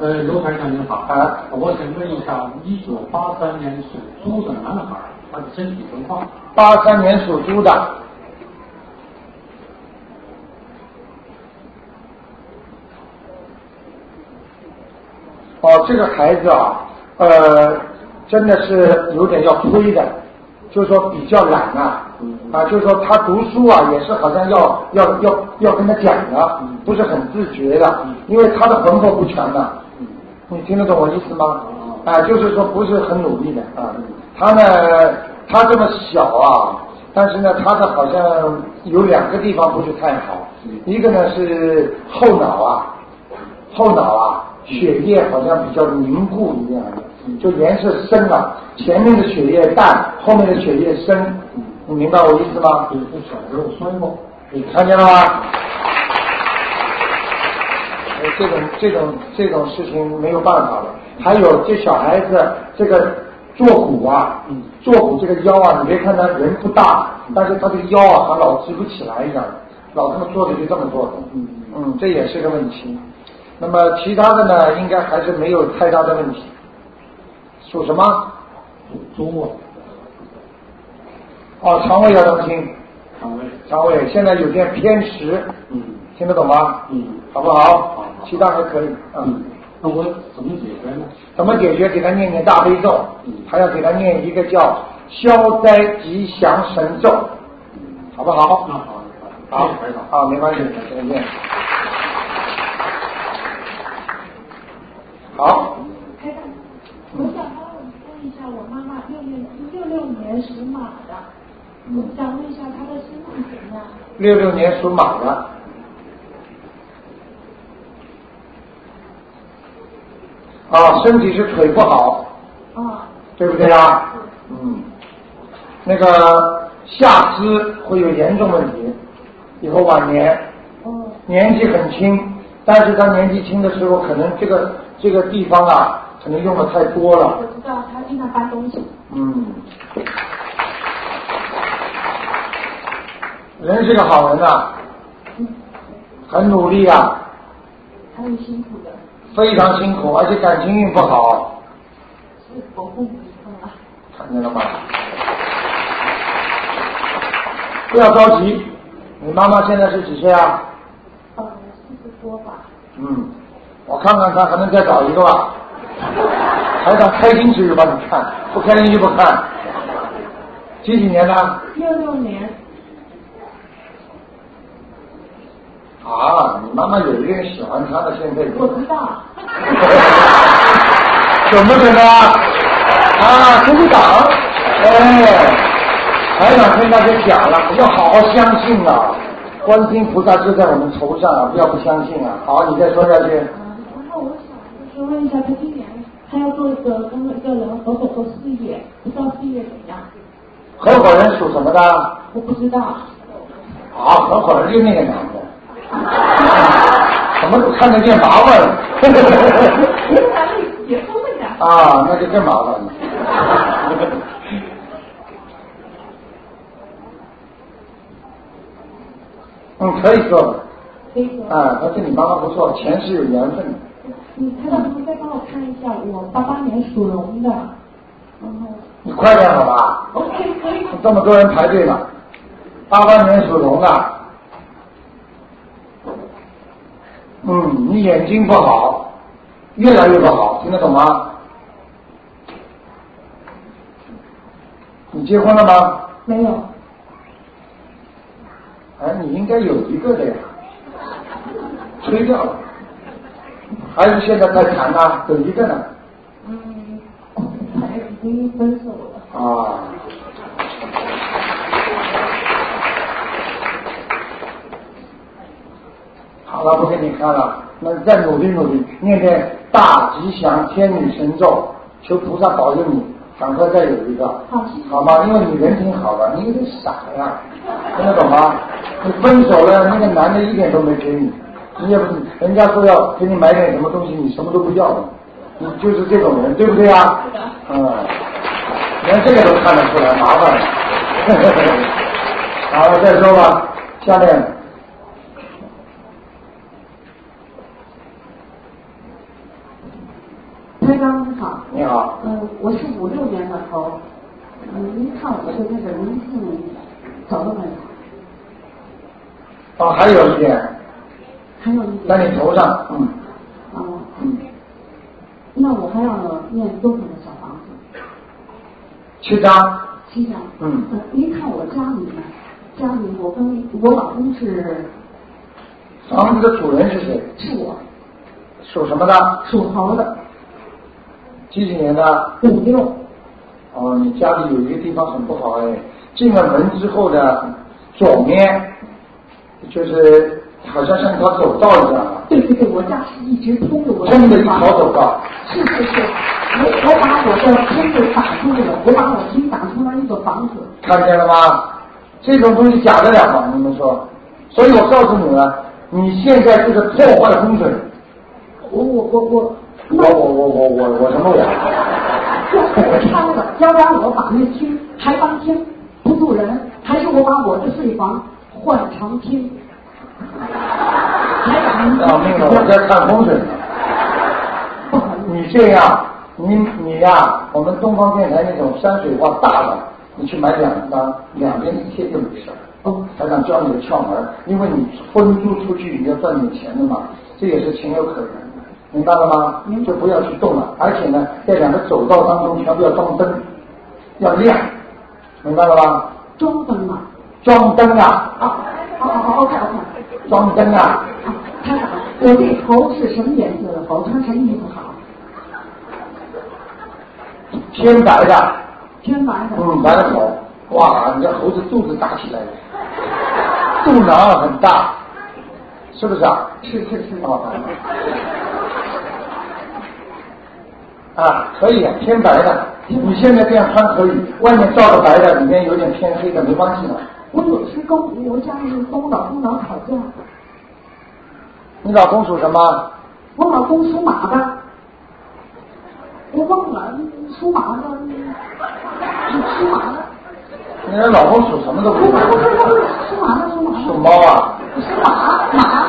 I: 呃，卢台长您好，
C: 啊，
I: 我想问一下，一九八三年属猪的男孩，他的身体情况，
C: 八三年属猪的，哦，这个孩子啊，呃，真的是有点要推的，就是说比较懒啊，啊，就是说他读书啊，也是好像要要要要跟他讲的，不是很自觉的，因为他的魂魄不全的，你听得懂我意思吗？啊，就是说不是很努力的啊，他呢，他这么小啊，但是呢，他的好像有两个地方不是太好，一个呢是后脑啊，后脑啊，血液好像比较凝固一样的，就颜色深了，前面的血液淡，后面的血液深，你明白我意思吗？
I: 也是小时候摔过，
C: 你看见了吗？呃这种这种这种事情没有办法了。还有这小孩子这个坐骨啊，
I: 嗯
C: 坐骨这个腰啊，你别看他人不大，但是他这个腰啊，他老直不起来一样，老这么坐着就这么坐着，嗯，这也是个问题。那么其他的呢，应该还是没有太大的问题。属什么？
I: 属猪啊，
C: 哦，肠胃要当心，
I: 肠胃，
C: 肠胃现在有点偏食，
I: 嗯
C: 听得懂吗？
I: 嗯
C: 好不好？其他还可以，嗯
I: 嗯。，那我怎么解决呢？
C: 怎么解决？给他念念大悲咒，还要给他念一个叫消灾吉祥神咒，好不
I: 那
C: 好？
I: 好，
C: 好
I: 谢谢台，长。
C: 好，没关系，给他念。好，
D: 台长，我想帮我问一下，我妈妈六年六六年属马的，我想问一下她的身体怎么样？
C: 六六年属马的，啊，身体是腿不好，
D: 啊，
C: 对不对啊？嗯，那个下肢会有严重问题，以后晚年
D: 哦，
C: 年纪很轻，但是他年纪轻的时候，可能这个这个地方啊，可能用的太多了
D: 我。知道她经常搬东西。
C: 嗯，人是个好人呐、啊
D: 嗯，
C: 很努力啊，
D: 还有辛苦的，
C: 非常辛苦，而且感情运不好，
D: 是我父母疼啊。
C: 看见了吗？不要着急，你妈妈现在是几岁啊？
D: 呃，四十多吧。
C: 嗯，我看看他还能再找一个 吧。台长开心时就帮你看，不开心就不看。几几年的？
D: 六六年，
C: 啊，你妈妈有一个人喜欢他的，现在
D: 我知 道，
C: 准不准呢？啊，鼓鼓掌！哎，台长跟大家讲了，要好好相信啊，观世音菩萨就在我们头上啊，不要不相信啊。好，你再说下去。
D: 嗯，然后我想就是问一下，他今年他要做一个跟一个人合伙做事业，不知道事业怎么样，
C: 合伙人属什么的？
D: 我不知道。
C: 啊，合伙人就那个男的，怎么看得见麻烦 了？
D: 咱们结婚了呀？
C: 啊，那就更麻 烦了。嗯，可以做。
D: 所以说，
C: 啊，他跟你妈妈不错，前世有缘分的。
D: 你看到嗯能再帮我看一下我八八年属龙的，然后
C: 你快点好吧？
D: OK 可以，
C: 这么多人排队了，八八年属龙的，嗯，你眼睛不好，越来越不好，听得懂吗？你结婚了吗？
J: 没有。
C: 哎，你应该有一个的呀，吹掉了。还有现在在谈呢，有一个呢。
K: 嗯，反正已经分手了。
C: 啊。好了，不给你看了，那再努力努力，念念大吉祥天女神咒，求菩萨保佑你，赶快再有一个，
J: 好谢谢
C: 好吗？因为你人挺好的，你有点傻呀，听得懂吗？你分手了，那个男的一点都没给你，你也不，人家说要给你买点什么东西，你什么都不要，你就是这种人，对不对呀？嗯，连这个都看得出来，麻烦了。 好了，再说吧，下面。
H: 台长你好，
C: 你好，
H: 嗯，我是五六年的猴，嗯，一看我就那个灵性走了没有？
C: 哦，还有一点，
H: 还有一点，
C: 在你头上，嗯
H: 哦，
C: 嗯，
H: 那我还要念多少个小房子？
C: 七张，
H: 七张。
C: 嗯
H: 呃您看我家里呢，家里我跟我老公是
C: 房子的主人是谁？
H: 是我
C: 属什么的？
H: 属猴的，
C: 几几年的？
H: 五六，
C: 哦，你家里有一个地方很不好哎，进了门之后的左面，就是好像像一条走道一样的，
H: 对对对，我家是一直通着我
C: 真的一
H: 房
C: 条
H: 子
C: 走道，
H: 是是是，我我把我的天给打出来了，我把我心打出来一个房子。
C: 看见了吗？这种东西假得了吗？你们说？所以我告诉你了，你现在就是破坏风水。
H: 我我我我，
C: 我
H: 那
C: 我我我我我什么我？
H: 我拆了，要不然我把那厅还当厅不住人，还是我把我的睡房换成厅？还把您
C: 要命了，啊我在看风水呢。
H: 不好意思，
C: 你这样，你你呀、我们东方电台那种山水画大的，你去买两张，两边一贴就没事儿。
H: 哦，
C: 台长教你个窍门儿，因为你分租出去，你要赚点钱的嘛，这也是情有可原的，明白了吗？
H: 明白
C: 就不要去动了，而且呢，在两个走道当中全部要装灯，要亮，明白了吧？
H: 装灯啊！
C: 装灯啊，
H: 啊，好好好，OK OK。
C: 装灯啊，
H: 啊，台长，我这头是什么颜色的头？穿什么衣服好？
C: 天白的。
H: 天白的。
C: 嗯，白的猴，哇，你这猴子肚子大起来了，肚囊很大，是不是啊？
H: 是是是。
C: 啊啊，可以，偏白的，你现在这样穿可以，外面罩着白的，里面有点偏黑的，没关系的。
H: 我有时跟我家里跟我老公老吵架，
C: 你老公属什么？
H: 我老公属马的，我忘了属马的，属马的，
C: 你的老公属什么都不
H: 属
C: 知
H: 马
C: 道
H: 的，，属马的，属马的，
C: 属猫啊？
H: 属马马，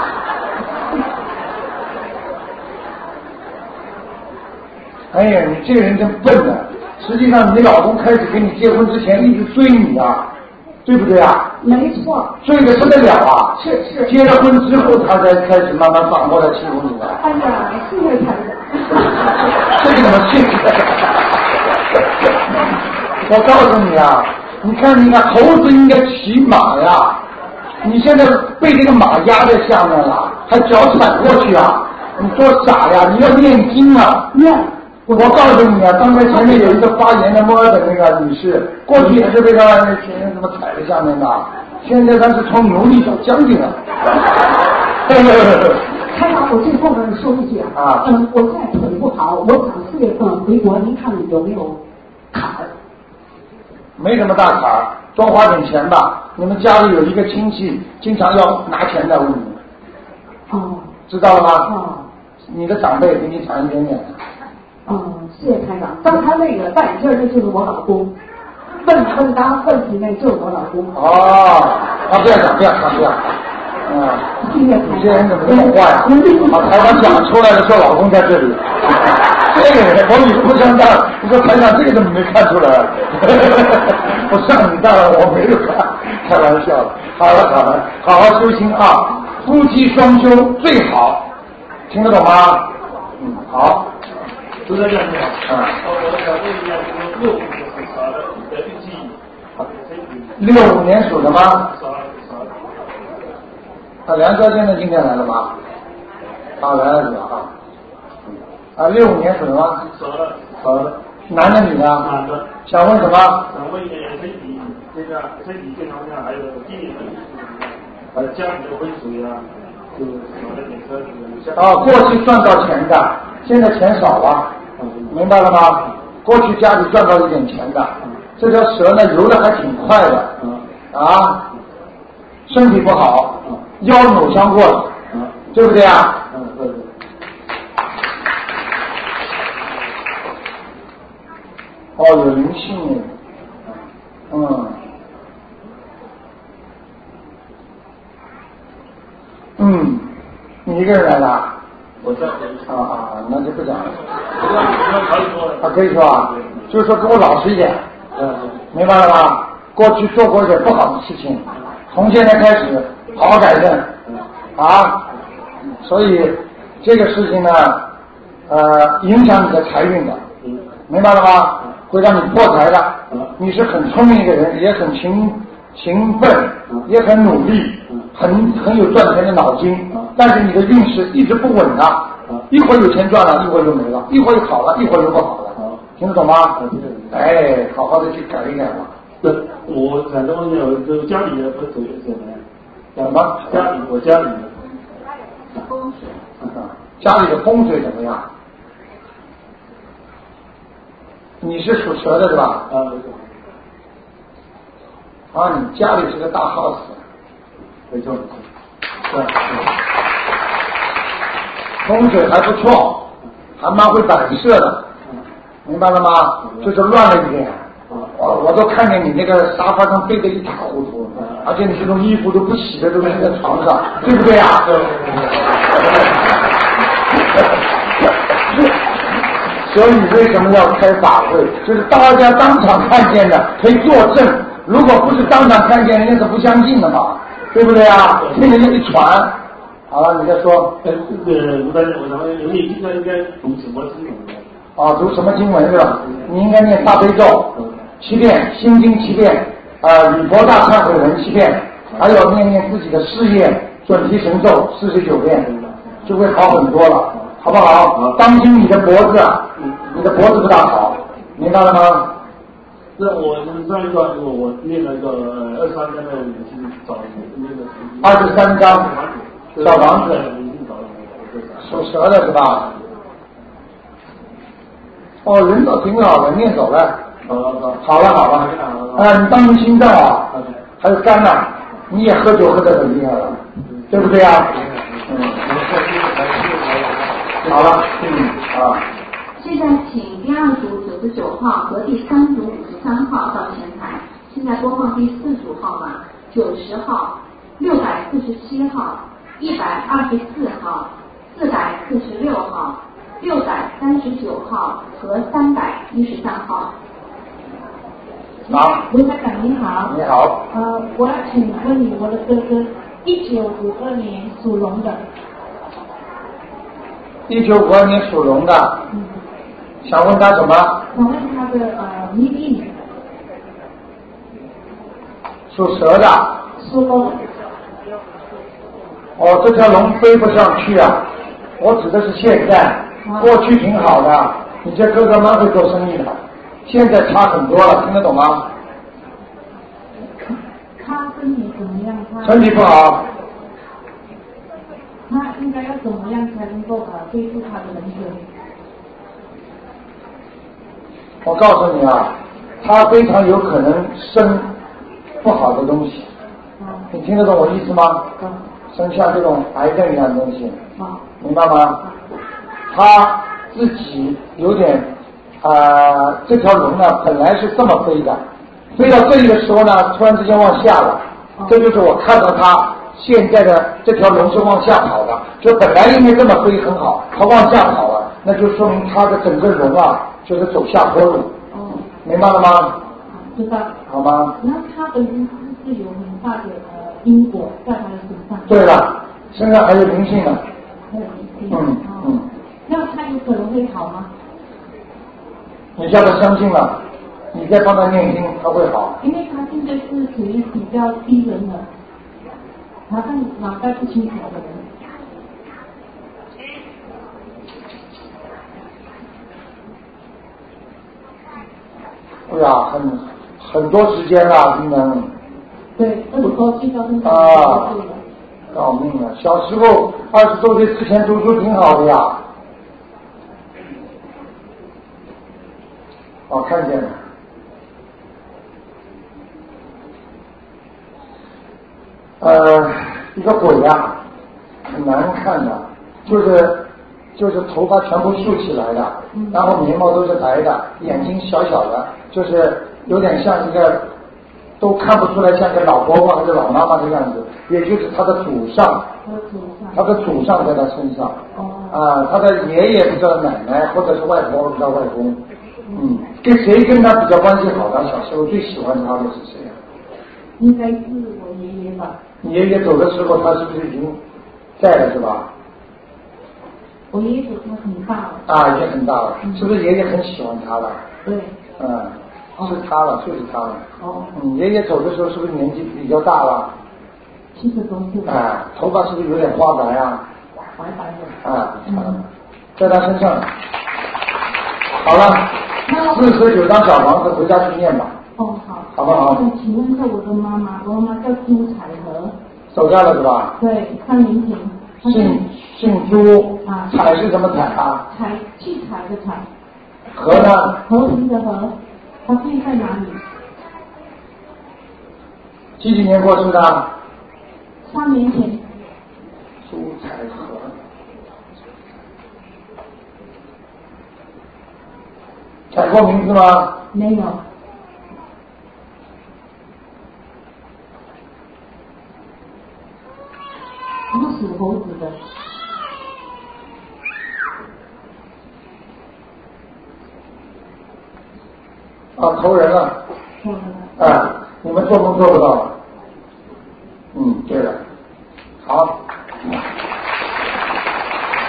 C: 哎呀，你这个人真笨呐！实际上，你老公开始跟你结婚之前一直追你啊，对不对啊？
H: 没错。
C: 追的受得了啊！
H: 是是
C: 结了婚之后，他才开始慢慢反过来欺负你的，
H: 哎呀，谢谢台长。
C: 这个怎么信？我告诉你啊，你看，你看，猴子应该骑马呀，你现在被这个马压在下面了，还脚踩过去啊，你多傻呀！你要念经啊！
H: 念，
C: 我告诉你啊，刚才前面有一个发言的摩尔的那个女士，过去也是被他那些人怎么踩在下面的，现在她是从奴隶到将军了。
H: 台长，我最后边说一句
C: 啊
H: 嗯，我现在腿不好，我想四月份回国，您看有没有坎儿？
C: 没什么大坎儿，多花点钱吧。你们家里有一个亲戚经常要拿钱的，我问你们
H: 哦，
C: 知道了吗？
H: 哦。
C: 你的长辈给你讲一点点，
H: 哦，谢谢台长。刚才那个戴眼镜儿的就是我老公，问问答问题那就是我老公。
C: 哦，啊，不要讲，不要讲，不要讲，嗯，
H: 谢谢
C: 你
H: 台
C: 这人怎
H: 长。
C: 么这么坏呀、啊？台长讲出来了，说老公在这里，这个人我语不相当。你说台长这个怎么没看出来啊？我上你当然我没有看，开玩笑了。好了好了，好好修心啊，夫妻双修最好，听得懂吗？嗯，好，
L: 都在这里啊。
C: 嗯。
L: 我想问一下，这个六五的小孩的预期，他本身有
C: 六五年属什么？啊，梁哥现在今天来了吧？啊，来了是吧？啊，六五年属什么？呃，男的女的？
L: 男的。
C: 想问什么？
L: 想问一下身体那个身体健康上还有地理问题，呃，家里的婚属啊，就是少了点车子。像
C: 啊，过去赚到钱的，现在钱少了，明白了吗？过去家里赚到一点钱的，这条蛇呢游的还挺快的，啊，身体不好，腰扭伤过了，对不对啊？
L: 嗯，对对。
C: 哦，有灵性耶，嗯，嗯，你一个人来的啊？
L: 我在回
C: 啊啊，啊那就不讲了。
L: 不要不要太多了。
C: 啊，可以说啊，就是说跟我老实一点，
L: 嗯，
C: 明白了吧？过去做过一点不好的事情，从现在开始好好改正，啊，所以这个事情呢，呃，影响你的财运的，明白了吗？会让你破财的。你是很聪明一个人，也很勤勤奋，也很努力，很很有赚钱的脑筋，但是你的运势一直不稳啊，一会儿有钱赚了，一会儿就没了，一会儿又好了，一会儿又不好了，听得懂吗？哎，好好的去改一改吧。
L: 对，我想问一下，我就家里的婚属怎么样？
C: 什么？
L: 家里，我家里的
C: 家里的风水怎么样？你是属蛇的是吧？
L: 啊，没错，
C: 啊，你家里是个大 house，
L: 没错，没错。
C: 对，风水还不错，还蛮会摆设的，明白了吗？就是乱了一点。我我都看见你那个沙发上堆得一塌糊涂，而且你这种衣服都不洗的都扔在床上，对不对啊？
L: 对对对对。
C: 所以为什么要开法会？就是大家当场看见的可以作证，如果不是当场看见，人家是不相信的嘛，对不对啊？听人家一传，好了，你再说
L: 哎，这个吴大姐，我想问，你应该应该读什么经文呢？
C: 啊，读什么经文是吧？你应该念大悲咒七遍，心经七遍，啊，礼佛大忏悔文七遍，还有念念自己的事业准提神咒四十九遍，就会好很多了，好不好？当心你的脖子啊，你的脖子不大好，明白了吗？
L: 那我上一段我我念了一个二十三章的五经找那个
C: 23章小房子
L: 五经找
C: 属蛇的是吧？哦，人倒挺好的，念走了。
L: 好了好了
C: 好了好了，啊，你当心心脏啊，还有肝呐、啊你也喝酒喝得很厉害了，对不对啊？嗯，好了，嗯啊，
A: 现在请第二组九十九号和第三组五十三号到前台。现在播放第四组号码：九十号、六百四十七号、一百二十四号、四百四十六号、六百三十九号和三百一十三号。
C: 好，
D: 卢台长您好，
C: 你好，
D: 呃，我要请问你，我的哥哥一九五二年属龙的，
C: 一九五二年属龙的，
D: 嗯
C: 想问他什么？
D: 想问他的呃命运
C: 属蛇的，
D: 属龙，
C: 哦，这条龙飞不上去啊！我指的是现在，
D: 哦
C: 过去挺好的，你这哥哥蛮会做生意的，现在差很多了，听得懂吗？
D: 他身体怎么样？他
C: 身体不好，
D: 他应该要怎么样才能够呃恢复他的人生？
C: 我告诉你啊，他非常有可能生不好的东西，
D: 啊
C: 你听得懂我意思吗？
D: 啊
C: 生像这种癌症一样的东西，
D: 啊
C: 明白吗？他自己有点啊、呃这条龙呢本来是这么飞的，飞到这里的时候呢，突然之间往下了，这就是我看到他现在的这条龙是往下跑的，就本来应该这么飞很好，它往下跑了，那就说明它的整个龙啊就是走下坡路，
D: 哦，
C: 明白了吗？
D: 知道。
C: 好吗？
D: 那他本身是不是有很大的呃因果在他的身上？
C: 对了，身上还有灵性啊呢，
D: 还有一些。
C: 嗯
D: 哦。
C: 嗯，
D: 那他有可能会好吗？
C: 你叫他相信了，啊你再帮他念经，他会好。
H: 因为他现在是属于比较低人的，麻烦脑袋不清楚的人。
C: 哎呀，很很多时间啊了，真的。
H: 对，那我高兴到现在。
C: 啊，搞命了！小时候二十多岁之前读书挺好的呀。哦，看见了。呃，一个鬼呀、很难看的，就是就是头发全部竖起来的，然后眉毛都是白的，眼睛小小的，就是有点像一个都看不出来像个老伯伯还是老妈妈的样子，也就是他的祖上，
H: 我祖上。
C: 他的祖上在他身上，啊，他的爷爷不知道奶奶或者是外婆不知道外公，嗯，跟谁跟他比较关系好的，小时候最喜欢他的是谁啊？
H: 应该是我爷爷吧。
C: 你爷爷走的时候，他是不是已经在了是吧？
H: 我爷爷他很大了，
C: 啊，已经很大了，是不是爷爷很喜欢他了？
H: 嗯对，
C: 嗯，是他了，就是他了。
H: 哦，
C: 嗯，爷爷走的时候是不是年纪比较大了？
H: 七十多岁，
C: 啊，头发是不是有点花白啊？
H: 白白的。
C: 啊，
H: 嗯
C: 在他身上。好了，四十九张小房子回家去念吧，
H: 哦好。
C: 好不好
H: 那请问一下我的妈妈，我妈妈叫金彩荷，
C: 走掉了是吧？
H: 对，三零平，她是
C: 姓姓朱
H: 嗯啊，
C: 彩是什么彩啊？
H: 彩器材的彩，
C: 和呢？
H: 和平的和，她现在在哪里？
C: 几几年过世的？
H: 三年前，
C: 朱彩和。改过名字吗？
H: 没有，不是猴子的，
C: 啊，投人了。
H: 错了，
C: 啊，你们做梦做不到。嗯，对了，好
M: 嗯
C: 嗯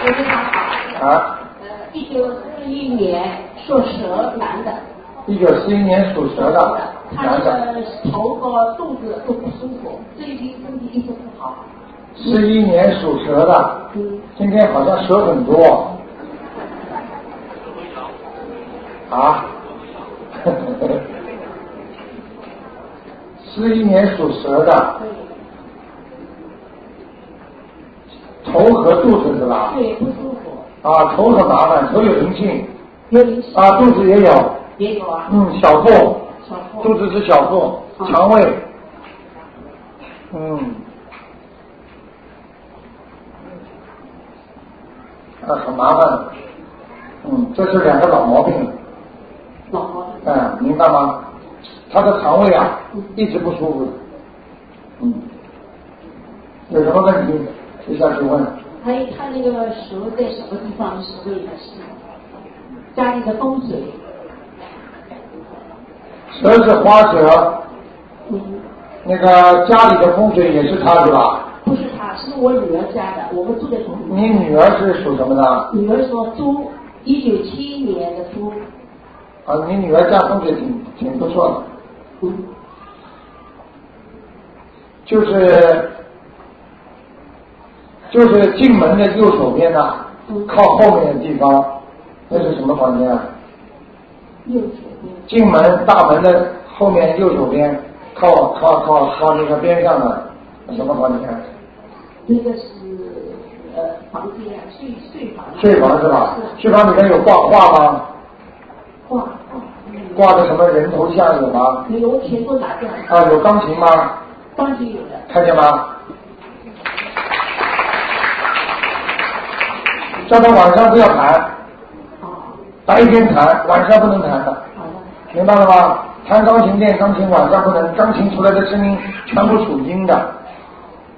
M: 我非常好。
C: 啊，
M: 呃，一九四一年属蛇男的，
C: 一九四一年属蛇的
M: 他
C: 男的，
M: 的头和肚子都不舒服，最近身体一直不好。
C: 四一年属蛇的，
M: 嗯，
C: 今天好像蛇很多。啊， 四一年属蛇的，头和肚子是吧？
M: 对，不舒服，
C: 啊，头很麻烦，头有灵性，
M: 有灵性
C: 啊，肚子也有，
M: 也有啊，
C: 嗯，小腹，
M: 小腹
C: 肚子是小腹，肠胃，嗯，啊，很麻烦，嗯，这是两个老毛病，
M: 老婆
C: 嗯，明白吗？他的肠胃啊，一直不舒服，嗯，有什么问题就下去问，
M: 还有他那个蛇在什么地方是为了是家里的风水，
C: 蛇是花蛇，
M: 嗯，
C: 那个家里的风水也是他是吧？
M: 不是他，是我女儿家的，我们住在同
C: 你女儿是属什么的？
M: 女儿说猪，一九七一年的猪，
C: 啊，你女儿家风水挺挺不错的。
M: 嗯。
C: 就是就是进门的右手边呐、靠后面的地方，那是什么房间啊？
M: 右手边，
C: 进门大门的后面右手边，靠靠靠靠那个边上的什么房间啊？
M: 那个是呃房间啊，睡睡房啊。
C: 睡房是吧？
M: 是
C: 睡房里面有挂画吗？
M: 挂
C: 挂的什么人头像有吗？
M: 没有，我全部拿掉了。
C: 啊，有钢琴吗？
M: 当然有了，
C: 看见吗？叫他晚上不要弹，白天弹，晚上不能弹的，明白了吗？弹钢琴练钢琴，晚上不能，钢琴出来的声音全部属阴的，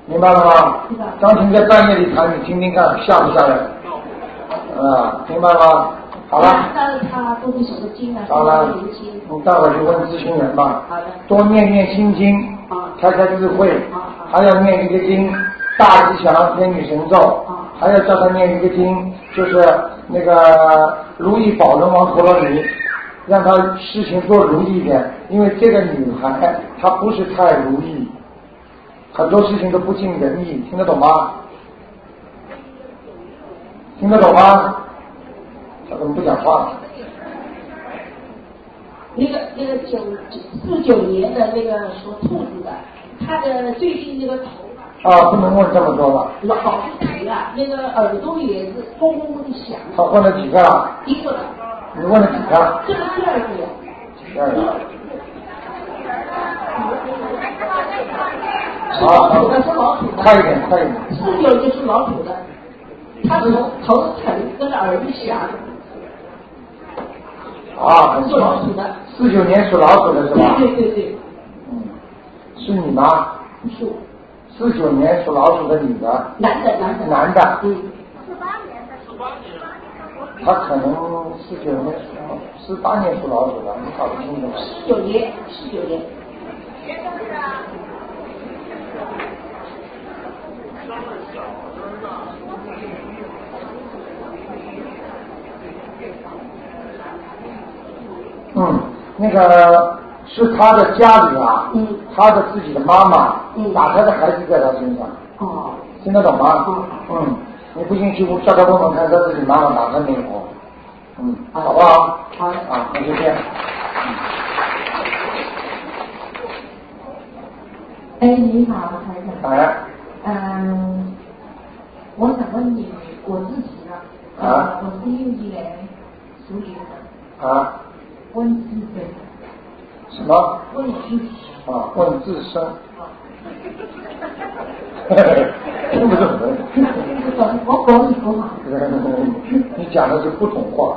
C: 明白了吗？钢琴在半夜里弹，你听听看吓不吓人？啊，明白吗？好了，
M: 但是他都是什么经啊？
C: 好了
M: 什么灵经，
C: 你待会儿去问咨询人吧。
M: 好的，
C: 多念念心经，
M: 啊
C: 开开智慧，还要念一个经，大吉祥天女神咒，还要叫他念一个经，就是那个如意宝轮王陀罗尼，让她事情做如意一点，因为这个女孩她不是太如意，很多事情都不尽人意，听得懂吗？听得懂吗？她怎么不讲话？
M: 那个那个九四九年的那个属兔子的，他的最近那个头发
C: 啊，不能问这么多吧？
M: 老是疼啊，那个耳朵也是嗡嗡嗡响。
C: 他问了几个了？
M: 一个。
C: 你问了几个了？
M: 这个第二个。
C: 第二个。
M: 是老土的，是老土的。
C: 快一点，快一点。
M: 四九就是老土的，他头头疼，跟着耳朵响。
C: 啊，很
M: 属老鼠的。
C: 四九年属老鼠的是吧？
M: 对对对对。
C: 嗯，是你吗？
M: 不是。
C: 四九年属老鼠的女的。
M: 男的，男的。
C: 男的。
M: 嗯。
N: 四八年的。四八年。
C: 他可能四九年属四八年属老鼠的，你搞不清楚了。
M: 四九年，四九年。
C: 嗯，那个是他的家里
M: 啊，嗯，
C: 他的自己的妈妈，
M: 嗯，
C: 打他的孩子在他身上，
M: 哦，
C: 听得懂
M: 吗？
C: 嗯，嗯你不信去叫他问问看他自己妈妈打他没有，嗯，好不
M: 好？
C: 好，啊，那就这样。
H: 哎，你好，台长。
C: 哎。
H: 嗯，我想问你，我自己呢？
C: 啊。
H: 我是六一年属牛的。
C: 啊。
H: 问自身。
C: 什么？
H: 问我自己。
C: 啊，问自身。 听不懂的。
H: 我国语不好。
C: 你讲的是不懂话，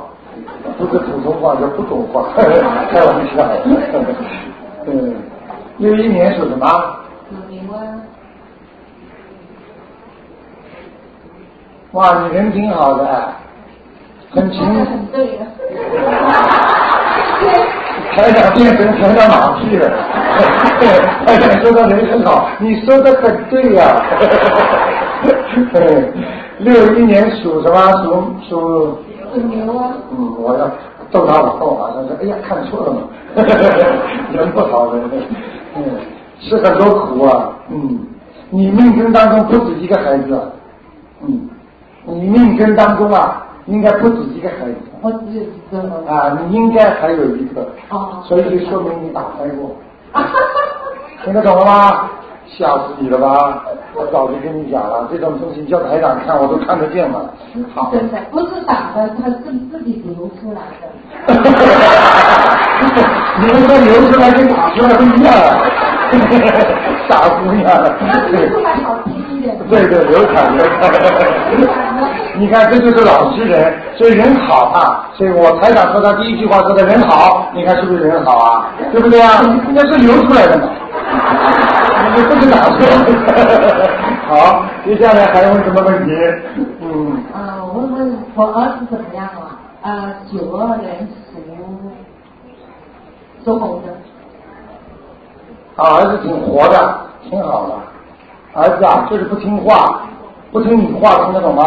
C: 不是普通话，叫不懂话， 开玩笑。 嗯，六一年属什么？
H: 属牛啊。
C: 哇，你人挺好的，很勤。
H: 很对的。
C: 台长变成台长马屁了，台长说他人很好，你说的很对呀、啊。六一年属什么？属
H: 属。属牛啊。
C: 嗯，我要逗他我后马上说，哎呀，看错了嘛，人不好人，嗯，吃很多苦啊，嗯，你命根当中不止一个孩子，啊嗯。你命根当中啊，应该不止一个孩子。
H: 我只有一个。
C: 啊，你应该还有一个。
H: 哦。
C: 所以就说明你打胎过。听得懂了吗？吓死你了吧！我早就跟你讲了，这种东西叫台长看我都看得见了。好。
H: 真的不是打的，他是自己流出来的。
C: 你们说流出来跟打出来不一样，啊 傻姑娘。
H: 流出来好听一点。
C: 对对，流产流产。你看，这就是老实人，所以人好啊。所以我台长说他第一句话说的人好，你看是不是人好啊？对不对啊？那是流出来的嘛，你不是打出来的。 好，接下来还有什么问题？
H: 嗯。啊，我问问我儿子怎么样了？啊，九二年属属猴的。
C: 啊，儿子挺活的，挺好的。儿子啊，就是不听话，不听你话，听得懂吗？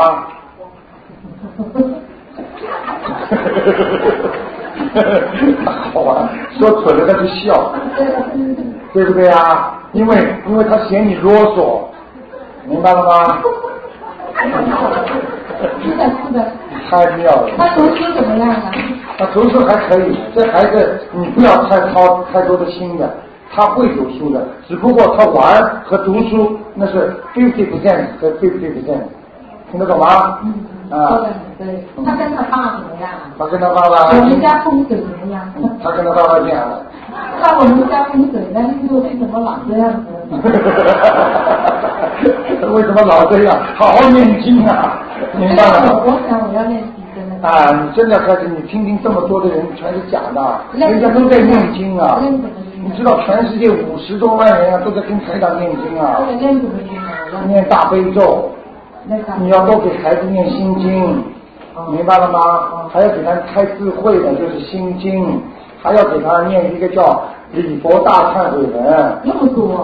C: 好玩，说蠢了他就笑，对不对啊？因为因为他嫌你啰嗦，明白了吗？
H: 是的，是的。
C: 太妙了。
H: 他读书怎么样啊？
C: 他读书还可以，这孩子你不要太操太多的心的，他会读书的，只不过他玩和读书那是 fifty percent 和 fifty percent，听得懂
H: 吗？嗯。啊，对，他跟他爸怎么样？啊
C: 他跟他爸爸。
H: 我们家风水怎么样？
C: 他跟他爸爸这样。
H: 那我们家风水呢？为什么老这样子？
C: 为什么老这样？好好念经啊！明白了。
H: 我想我要念经真的。
C: 啊，你真的开始，你听听这么多的人全是假的，啊人家都在念经啊。你知道全世界五十多万人啊都在跟台长念经啊。
H: 念什么经啊？
C: 念大悲咒。你要多给孩子念心经，明白了吗？还要给他开智慧的，就是心经，还要给他念一个叫礼佛大忏悔文。
H: 那么多、啊？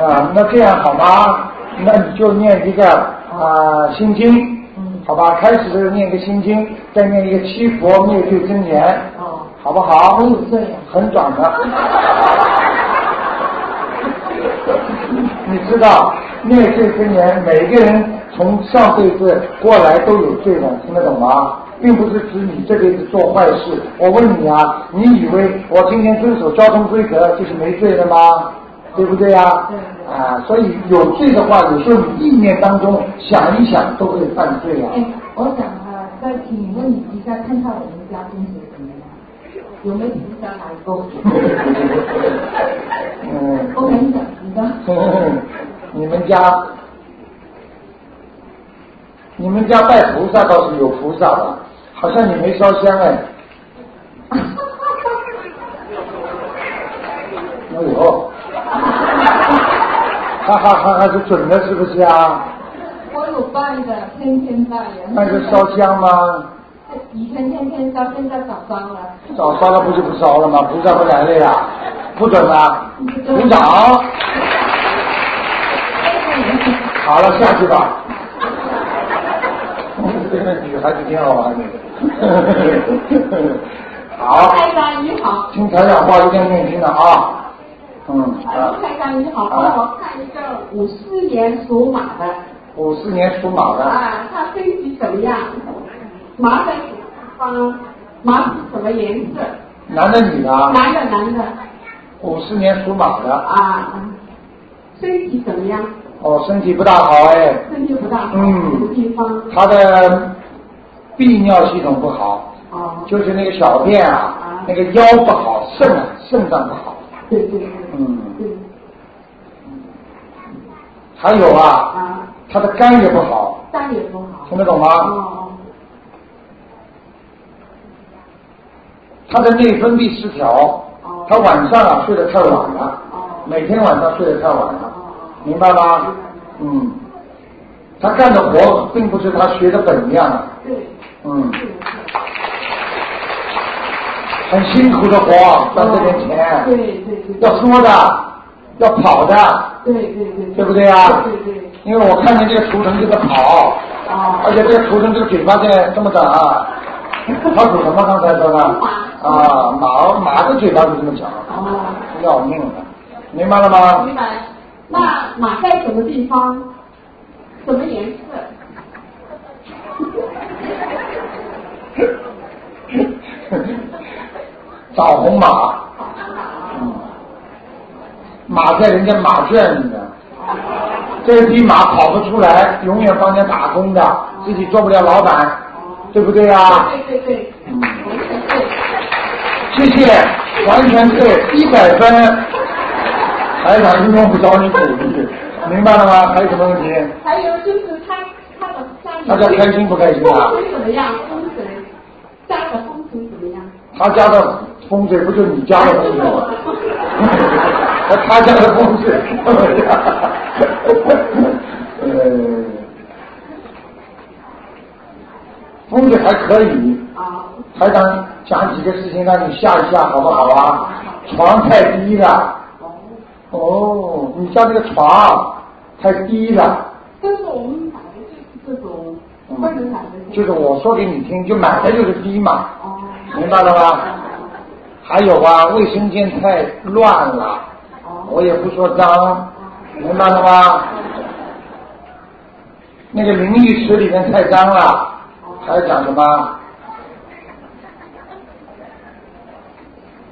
C: 啊，那这样好吗？那你就念一个啊、心经，好吧？开始的时候念个心经，再念一个七佛灭罪真言，好不好？
O: 我有罪呀、
C: 很短的。你知道灭罪真言，每个人从上辈子过来都有罪的，听得懂吗？并不是指你这辈子做坏事。我问你啊，你以为我今天遵守交通规则就是没罪的吗？对不对啊？啊，所以有罪的话，有时候你意念当中想一想都会犯 罪啊。
H: 哎，我想啊，再请问你一下，看看我们家风水怎么样？有没有互相来沟？
C: 嗯，
H: 我跟你讲，你的
C: 哦你们家，你们家拜菩萨倒是有菩萨吧？好像你没烧香哎。哎呦，哈哈哈哈，是准的，是不是啊？
H: 我有办的，天天办呀。
C: 那是烧香吗？
H: 以前天天烧，现在早烧了。
C: 早烧了不就不烧了吗？菩萨不来了呀，不准啊！鼓掌。哎好了，下去吧。 这个女孩子挺好玩的。好，
H: 开山你好，
C: 听台长话一定要念经的啊。嗯，好。
H: 开山你好，
C: 好
H: 帮我看一个五四年属马的
C: 五四年属马的，
H: 啊，他身体怎么样？马的方，马是什么颜色？
C: 男的女的啊？
H: 男的男的
C: 五四年属马的，
H: 啊，身体怎么样？
C: 哦，身体不大好哎，
H: 身体不大好，
C: 嗯
H: 什么地方？
C: 他的泌尿系统不好，
H: 哦，
C: 就是那个小便啊，那个腰不好，肾啊，肾脏不好，
H: 对对对，
C: 嗯，
H: 对，
C: 还有啊，
H: 啊，
C: 他的肝也不好，
H: 肝也不好，
C: 听得懂吗？
H: 哦
C: 他的内分泌失
H: 哦
C: 调，他晚上啊睡得太晚了，每天晚上睡得太晚了，
H: 哦
C: 明白吗？嗯，他干的活并不是他学的本样啊，
H: 对，
C: 嗯，很辛苦的活赚这点钱，
H: 哦对对对，
C: 要说的，要跑的，
H: 对对对，
C: 对不对啊
H: 对对对，
C: 因为我看见这个图腾就在跑，
H: 哦，
C: 而且这个图腾这个嘴巴在这么长啊， 他属什么？刚才说的啊，马马的嘴巴就这么长，
H: 哦，
C: 要命了，明白了吗？
H: 明白了。那马在什么地方？什么颜色？
C: 枣红马，嗯，马在人家马圈里呢，这匹马跑不出来，永远帮人家打工的，自己做不了老板，对不对啊？
H: 对对对，完全对。
C: 谢谢，完全对，一百分。台长用不着你鼓励，明白了吗？还有什么问题？
H: 还有就是他他的家里，
C: 大家开心不开心啊
H: 风水怎么样？风水家的风水怎么样？
C: 他家的风水不就你家的风水吗？他家的风水，呃，风水还可以。台长讲几个事情让你吓一吓，好不好啊？床太低了。哦，你家这个床太低了。嗯
H: 但是我们买的就是这种，不能买的
C: 就
H: 这
C: 是
H: 种。哦
C: 我说给你听，就买的就是低嘛，明白了吗？还有啊，卫生间太乱了，我也不说脏，明白了吗？那个淋浴池里面太脏了，还要讲什么？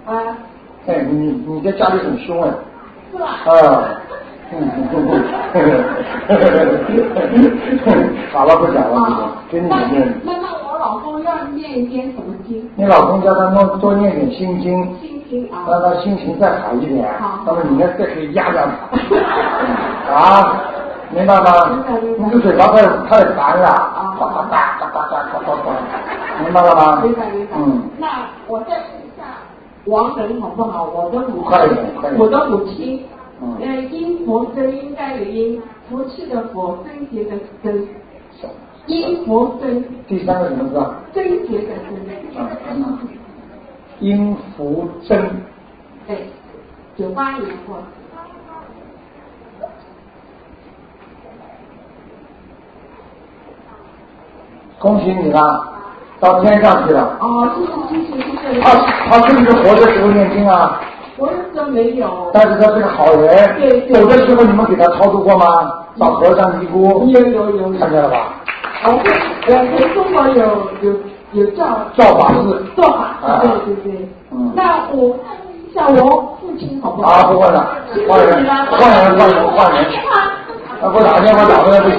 H: 啊，
C: 哎，你你在家里很凶哎，
H: 是吧？
C: 啊， 好了，不讲了，不讲了，给你
H: 那
C: 念。
H: 啊那那我老公要念一篇什么经？
C: 你老公叫他弄多念点心经，
H: 心经啊。
C: 让他心情再好一点
H: 好。
C: 那么你呢，再可以压压他，啊，明白吗？你这嘴巴太太烦了，呱呱呱呱呱呱呱呱呱，明白了吗？
H: 明白明白。
C: 嗯，
H: 那我再问一下王人好不好？我的母
C: 快一点快一点
H: 我的母亲，
C: 嗯
H: 呃，因佛生应该有因，福气的福，贞洁的贞，因佛生，
C: 第三个什么字啊？
H: 贞洁的贞，
C: 嗯，殷福珍，
H: 对，九八年过，
C: 恭喜你了，到天上去了。
E: 哦，就是就是就是。
C: 他他是不是活着时候念经啊？
E: 活着时候没有。
C: 但是他是个好人。
E: 对。
C: 有的时候你们给他超度过吗？找和尚尼姑。
E: 有有有。
C: 看见了吧？
E: 我们
H: 呃
E: 我们中国有有有造
C: 造法事。
E: 造法事，对对对。那我看一下我父亲好不
C: 嗯
E: 好？
C: 啊，不问了，换人，换人，换人，换人。啊，给我打电话打回来不行，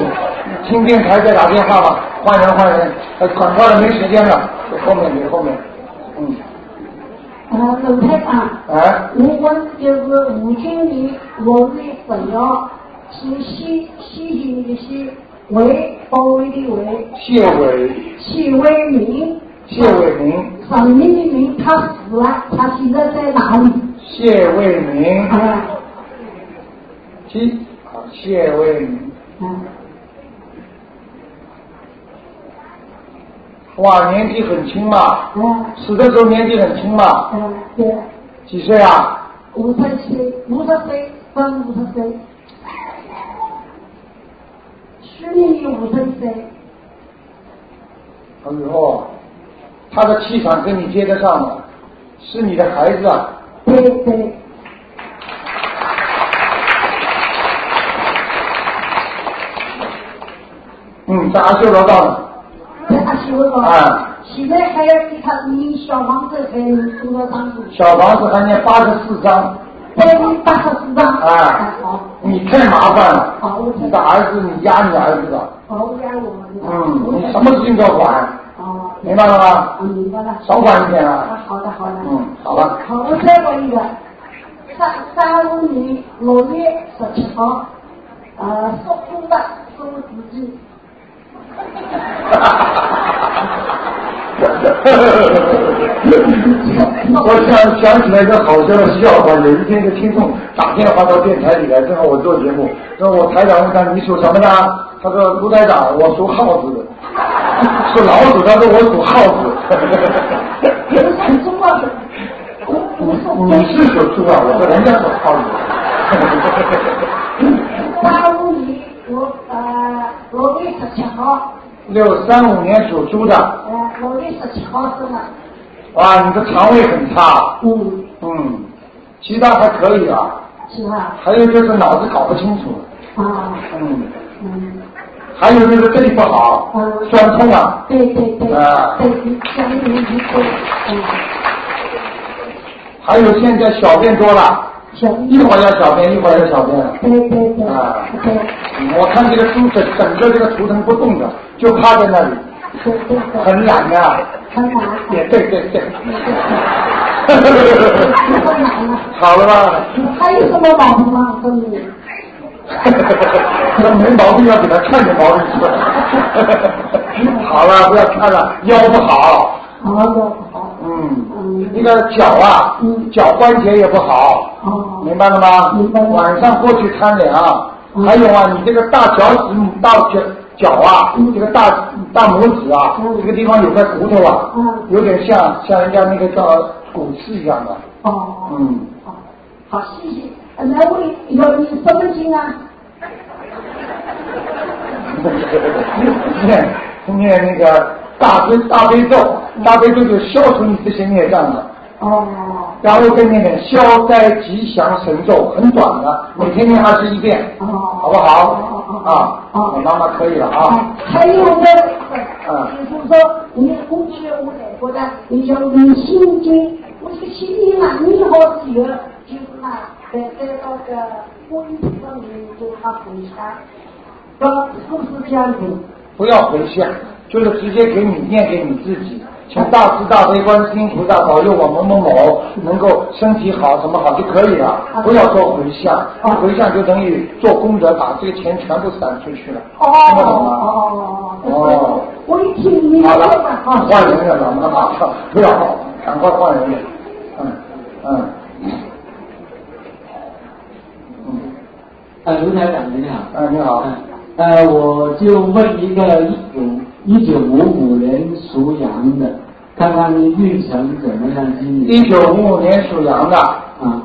C: 听电台再打电话吧，换人换人，呃，很快了没时间了，后面给后面，嗯。
H: 啊，鲁台长，
C: 哎，
H: 我我有个五千年我为本了，是西西行的西，为包围的围，
C: 谢伟，
H: 谢伟明，
C: 谢伟明，
H: 上面的明他死了，他现在在哪里？
C: 谢伟明，
H: 啊，
C: 七，好，谢伟明，
H: 啊，
C: 哇，年纪很轻嘛，
H: 啊，
C: 死的时候年纪很轻嘛，
H: 啊，对，
C: 几岁啊？
H: 五十岁，五十岁，刚五十岁，去年的五十岁，
C: 哎呦，他的气场跟你接得上吗？是你的孩子啊，
H: 对对，
C: 嗯，在阿修罗道呢。
H: 在阿修罗道，
C: 啊，
H: 现在还要给他念小房子，还有多少张子？
C: 小房子还念八十四章，
H: 再念八十四张。
C: 啊，
H: 好，
C: 你太麻烦了，
H: 好，我
C: 你的儿子你压你儿子的，
H: 好，我让我们。
C: 嗯，你什么事情都要管，
H: 哦，
C: 明白了吗？
H: 我明白了。
C: 少管一点啊。
H: 啊，好的好的。
C: 嗯，好了，
H: 好，我再问一个，三三五年六月十七号，呃，送公的是我自己。
C: 我想想起来一个好笑的笑话，有一天一个听众打电话到电台里来，正好我做节目，那我台长问他你属什么的？啊他说卢台长，我属耗子的， 属老鼠，他说我属耗子。
H: 中国人，
C: 你是属猪啊？我说人家属耗子。
H: 三五年我呃六月十七号，
C: 六三五年属猪的，
H: 呃六月十七号生的。
C: 哇，你的肠胃很差，
H: 嗯
C: 嗯，其他还可以啊，
H: 是吧？
C: 还有就是脑子搞不清楚，
H: 啊，
C: 嗯，
H: 嗯，
C: 还有就是这里不好，
H: 嗯
C: 酸痛啊，
H: 对对对，
C: 啊
H: 对，讲的已经对，嗯，
C: 还有现在小便多了，
H: 小
C: 一会儿要小便，一会儿要小便了。
H: 对对对，
C: 啊
H: 对
C: 我看这个书整整个这个图腾不动的，就趴在那里，
H: 对对对，
C: 很懒呀、
H: 很麻烦，
C: 也对对对，
H: 很难啊。
C: 好了吧？
H: 还有什么毛病吗？我问你，
C: 那没毛病要啊给他看见毛病出来。好了，不要看了，腰不好，
H: 好的好，
C: 嗯，那个脚啊，脚关节也不好，
H: 哦，
C: 明白了吗？
H: 明白了
C: 晚上过去贪凉，还有啊，你这个大脚趾、大脚脚啊，
H: 嗯
C: 这个大大拇指啊，这个地方有块骨头啊，
H: 嗯
C: 有点像像人家那个叫骨刺一样的，
H: 哦，
C: 嗯，
H: 好谢谢。呃那我要你什么经啊？
C: 念念那个大悲大悲咒，
H: 嗯
C: 大悲咒就消除你这些孽障的。
H: 哦，
C: 然后再念点消灾吉祥神咒，很短的，
H: 嗯
C: 每天念二十一遍，
H: 哦
C: 好不好？啊，我妈妈可以了啊，
H: 还有我
C: 嗯，
H: 就是说，你过去我来过的，你叫你心经，我这个心经啊，你好几个，就是嘛，在在那个观音上面给他回答，那是不是这样子？
C: 不要回向，就是直接给你念给你自己。请大慈大悲观世音菩萨保佑我某某某能够身体好，怎么好就可以了，不要做回向，回向就等于做功德，把这个钱全部散出去了，听得懂吗？
H: 哦
C: 哦，
H: 我一
P: 哎
H: 听你
C: 好了
H: 说吧，，啊，
C: 换人了，老妈马上不要好，赶快换人了。嗯嗯
P: 呃，卢台长您好。
C: 嗯，你好。
P: 呃，我就问一个一九一九五五年属羊的，看看运程怎么样？今年。
C: 一九五五年属羊的
P: 啊。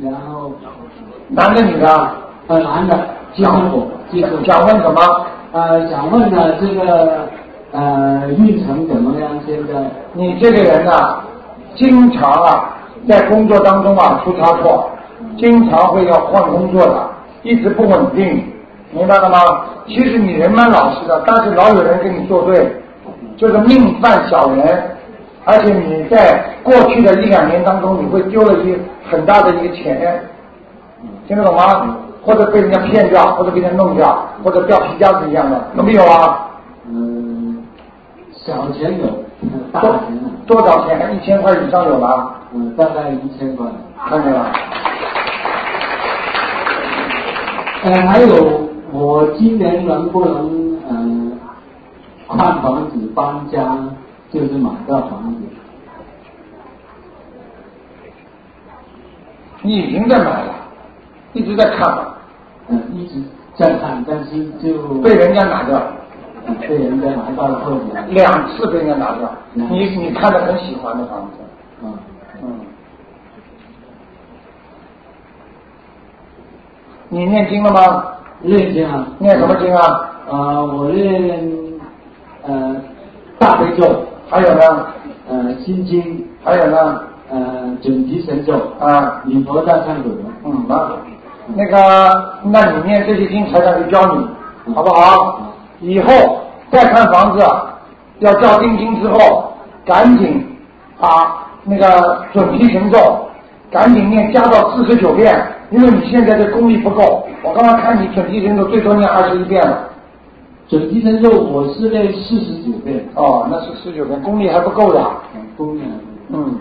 P: 然后。
C: 男的女的？
P: 呃，男的。
C: 想
P: 我
C: 想问什么？
Q: 呃，想问呢，这个呃运程怎么样？现在
C: 你这个人呐、经常啊在工作当中啊出差错，经常会要换工作的，一直不稳定，明白了吗？其实你人蛮老实的，但是老有人跟你作对，就是命犯小人，而且你在过去的一两年当中，你会丢了一很大的一个钱，听得懂吗？或者被人家骗掉，或者被人家弄掉，或者掉皮夹子一样的，有没有啊？
Q: 嗯，小钱有，大钱呢？
C: 多少钱？一千块以上有吧？
Q: 嗯，大概一千块。
C: 看见了？
Q: 呃，还有我今年能不能嗯、呃换房子搬家，就是买到房子？
C: 你已经在买了，一直在看了，
Q: 嗯，一直在看，但是就
C: 被人家拿掉了，
Q: 嗯被人家拿到了后面。
C: 两次被人家拿掉，
Q: 嗯
C: 你你看着很喜欢的房子，
Q: 嗯
C: 嗯。你念经了吗？
Q: 念经啊。
C: 念什么经啊？
Q: 呃，我念呃大悲咒，
C: 还有呢？
Q: 呃心经，
C: 还有呢？
Q: 呃准提神咒
C: 啊，
Q: 礼佛大忏悔文。
C: 嗯，蛮好。那个，那你念这些经，台长就教你，好不好？以后再看房子，啊要交定金之后，赶紧把那个准提神咒，赶紧念加到四十九遍，因为你现在的功力不够。我刚刚看你准提神咒最多念二十一遍了。
Q: 准提神咒我是念四十九遍，
C: 哦，那是十九遍，功力还不够的。
Q: 嗯，功念
C: 嗯，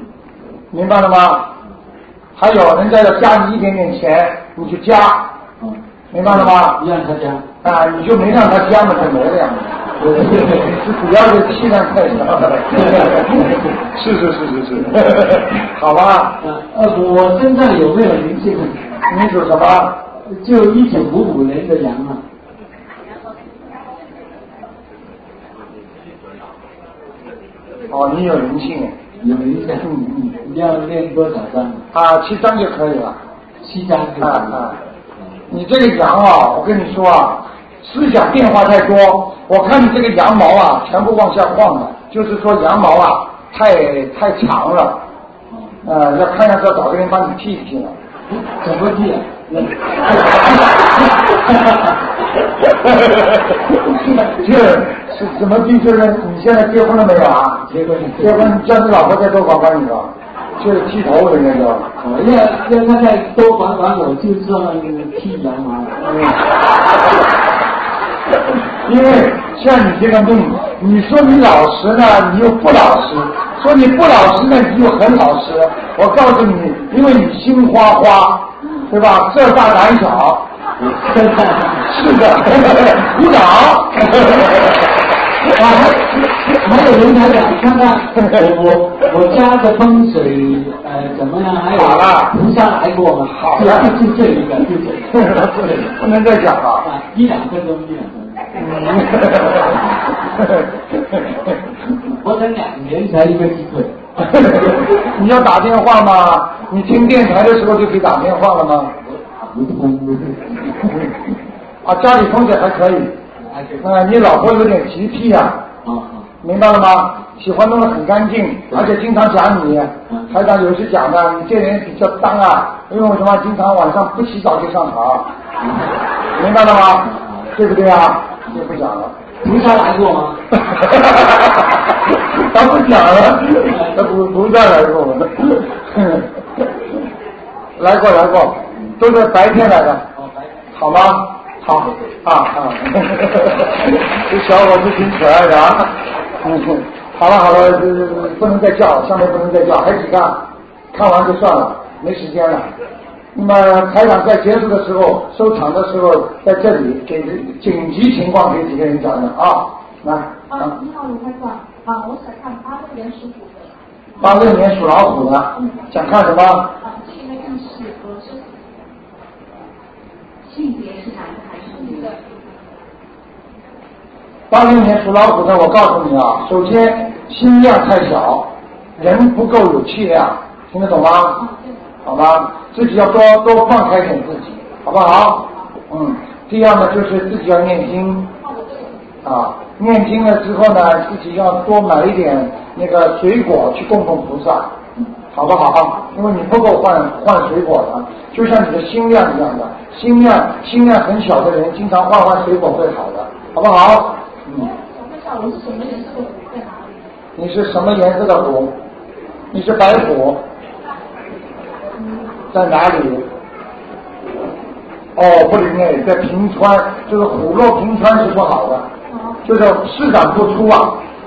C: 明白了吗？还有人家要加你一点点钱，你就加，
Q: 嗯，
C: 明白了吗？
Q: 让他加。
C: 啊，你就没让他加嘛，就没了呀。 主要是气量太小了。是是是是是， 好吧？
Q: 呃呃，我身上有没有灵性？
C: 你属什么？
Q: 就一九五五年的羊啊，
C: 哦，你有灵性
Q: 有灵性。
C: 嗯嗯。
Q: 你要练多少张？
C: 啊，七张就可以了。
Q: 七张就可以
C: 啊
Q: 了
C: 啊。，你这个羊啊，我跟你说啊，思想变化太多。我看你这个羊毛啊，全部往下晃的，就是说羊毛啊太太长了，呃，要看上去要找个人帮你剃一 剃了。啊
Q: 怎么地啊？
C: 就是是怎么地？就是你现在结婚了没有啊？
Q: 结婚了
C: 结婚，叫你老婆再多管管你吧，就是剃头人家就。
Q: 我要要他再多管管我，就做那个剃羊毛。
C: 因为像你这个命，你说你老实呢，你又不老实；说你不老实呢，你又很老实。我告诉你，因为你心花花，对吧？这大胆小，是的，鼓掌。
Q: 啊，还还有人台长，看看我 我我家的风水呃怎么样？还有
C: 好了
Q: 菩萨来过吗？
C: 好
Q: 就
C: 了
Q: 就就这一个，就这一个，
C: 不能再讲了。
Q: 啊，一两分钟，嗯一两分钟。我等两年才一个机会。
C: 你要打电话吗？你听电台的时候就可以打电话了吗？
Q: 不通，
C: 啊，家里风水还可以。
Q: 还可以
C: 啊、你老婆有点洁癖啊，
Q: 啊 啊，
C: 明白了吗？喜欢弄得很干净，而且经常讲你。台长有时讲的，你这人比较脏啊，因为什么？经常晚上不洗澡就上床，明白了吗？对不对啊？就不讲了。
Q: 菩萨来过吗？
C: 他不讲了，他不不再来过了， 来过来过，都是哦白天来的，好吗？好啊啊，这 小伙子挺可爱的啊。嗯，好了好了，这这这不能再叫了，下面不能再叫，还几个，啊看完就算了，没时间了。那么台长在结束的时候，收场的时候，在这里给紧急情况给几个人讲讲啊，来，
H: 啊，
C: 啊，
H: 你好，卢台长啊，我想看八六年属虎的，
C: 八六年属老虎的，想看什么？
H: 啊，这个应该更适合身体
A: 性别是男的还是女的？
C: 八六年属老虎的，我告诉你啊，首先心量太小，人不够有气量，听得懂吗？好吧，自己要多多放开点自己，好不好？嗯，第二呢，就是自己要念经，
H: 啊，我这个
C: 啊，念经了之后呢，自己要多买一点那个水果去供供菩萨，好不好？因为你不够换换水果的，就像你的心量一样的，心量心量很小的人，经常换换水果会好的，好不好？嗯。
R: 我是什么颜色的虎在哪里？
C: 你是什么颜色的虎？你是白虎，在哪里？哦，不灵哎，在平川，就是虎落平川是不好的，
R: 哦
C: 就是市长不出啊。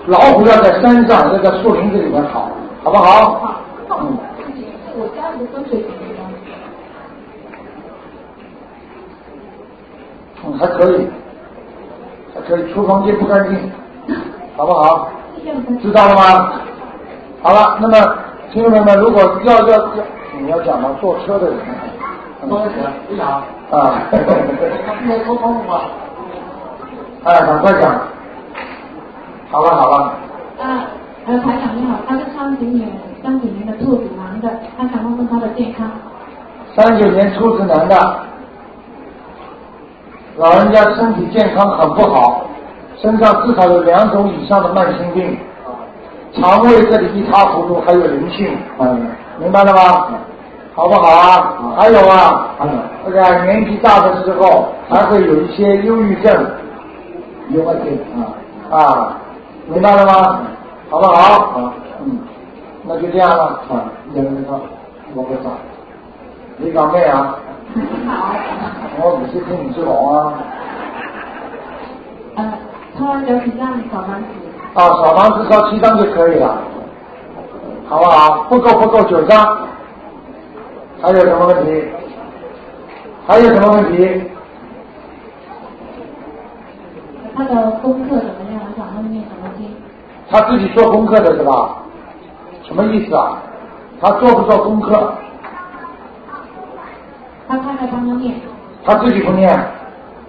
C: 老虎要在山上，要在树林子里面跑，好不好？嗯，
R: 我家里的风水怎么样？
C: 嗯，还可以，还可以。厨房间不干净，好不好？知道了吗？好了，那么听众朋友们，如果要要嗯要，你要讲嘛，坐车的人。
E: 高先生，你好。
C: 啊。
E: 来沟通吧。
C: 哎，赶快讲。好了好了，
D: 啊，呃，台长你好，他是三九年三九年的兔子男的，他想问问他的健康。
C: 三九年出子男的，老人家身体健康很不好，身上至少有两种以上的慢性病，肠胃这里一塌糊涂，还有灵性，
Q: 嗯，
C: 明白了吗？好不好啊？还有啊，
Q: 还有
C: 这个年纪大的时候还会有一些忧郁症，
Q: 有问题啊。
C: 啊，明白了吗？好不好？
Q: 啊，
C: 嗯，那就这样了。
Q: 啊，有那个我会找。
C: 你讲咩啊？
D: 好，
C: 我不是听你说啊。
D: 呃，他有几张小房子？
C: 啊，小房子烧七张就可以了，好不好？不够不够九张。还有什么问题？还有什么问题？
D: 他的功课怎么样？我想问念什么经？
C: 他自己做功课的是吧？什么意思啊？他做不做功课？
D: 他太太帮他念，
C: 他自己不念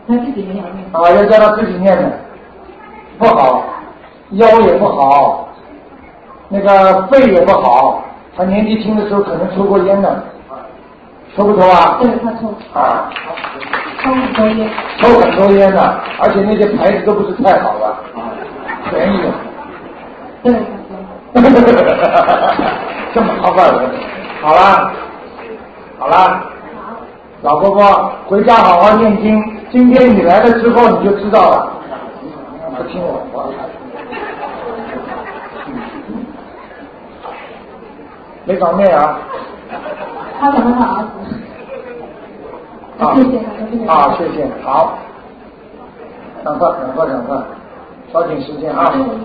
D: 他自己没有念。
C: 啊，要叫他自己念的，不好，腰也不好，那个肺也不好。他年纪轻的时候可能抽过烟的，抽不抽啊？
D: 对，他抽
C: 啊，
D: 抽很多烟。
C: 抽很多烟的，而且那些牌子都不是太好的，便宜的。
D: 对，他抽。
C: 这么麻烦人，好啦，好啦，老婆婆回家好好念经。今天你来了之后你就知道了，不听我话。没搞咩啊？
D: 他想问他儿子。
C: 啊
D: 谢谢老师这个
C: 啊，谢谢，好，赶快赶快赶快，抓紧时间啊
H: 还有一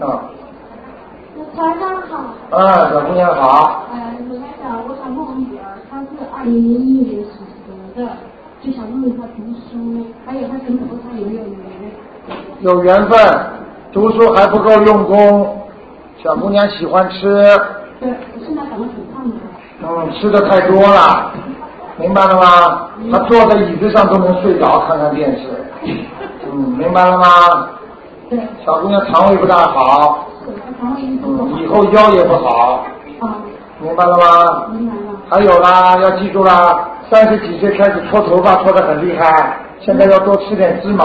H: 个，
C: 啊
H: 台长好，
C: 啊，小姑娘好，
H: 呃，鲁台长，我想问我女儿，她是
C: 啊
H: 二零零一年属蛇的，就想问问她读书，还有她跟菩萨有没有缘？
C: 有缘分，读书还不够用功，小姑娘喜欢吃，
H: 对，我现在长得挺胖的，
C: 嗯，吃的太多了，明白了吗？她坐在椅子上都能睡着，看看电视，嗯，明白了吗？
D: 对，
C: 小姑娘肠胃不大好，嗯
D: 他肠胃一直不好。
C: 以后腰也不好，
D: 啊，
C: 明白了吗？
D: 明白了。
C: 还有啦，要记住啦，三十几岁开始搓头发，搓得很厉害，现在要多吃点芝麻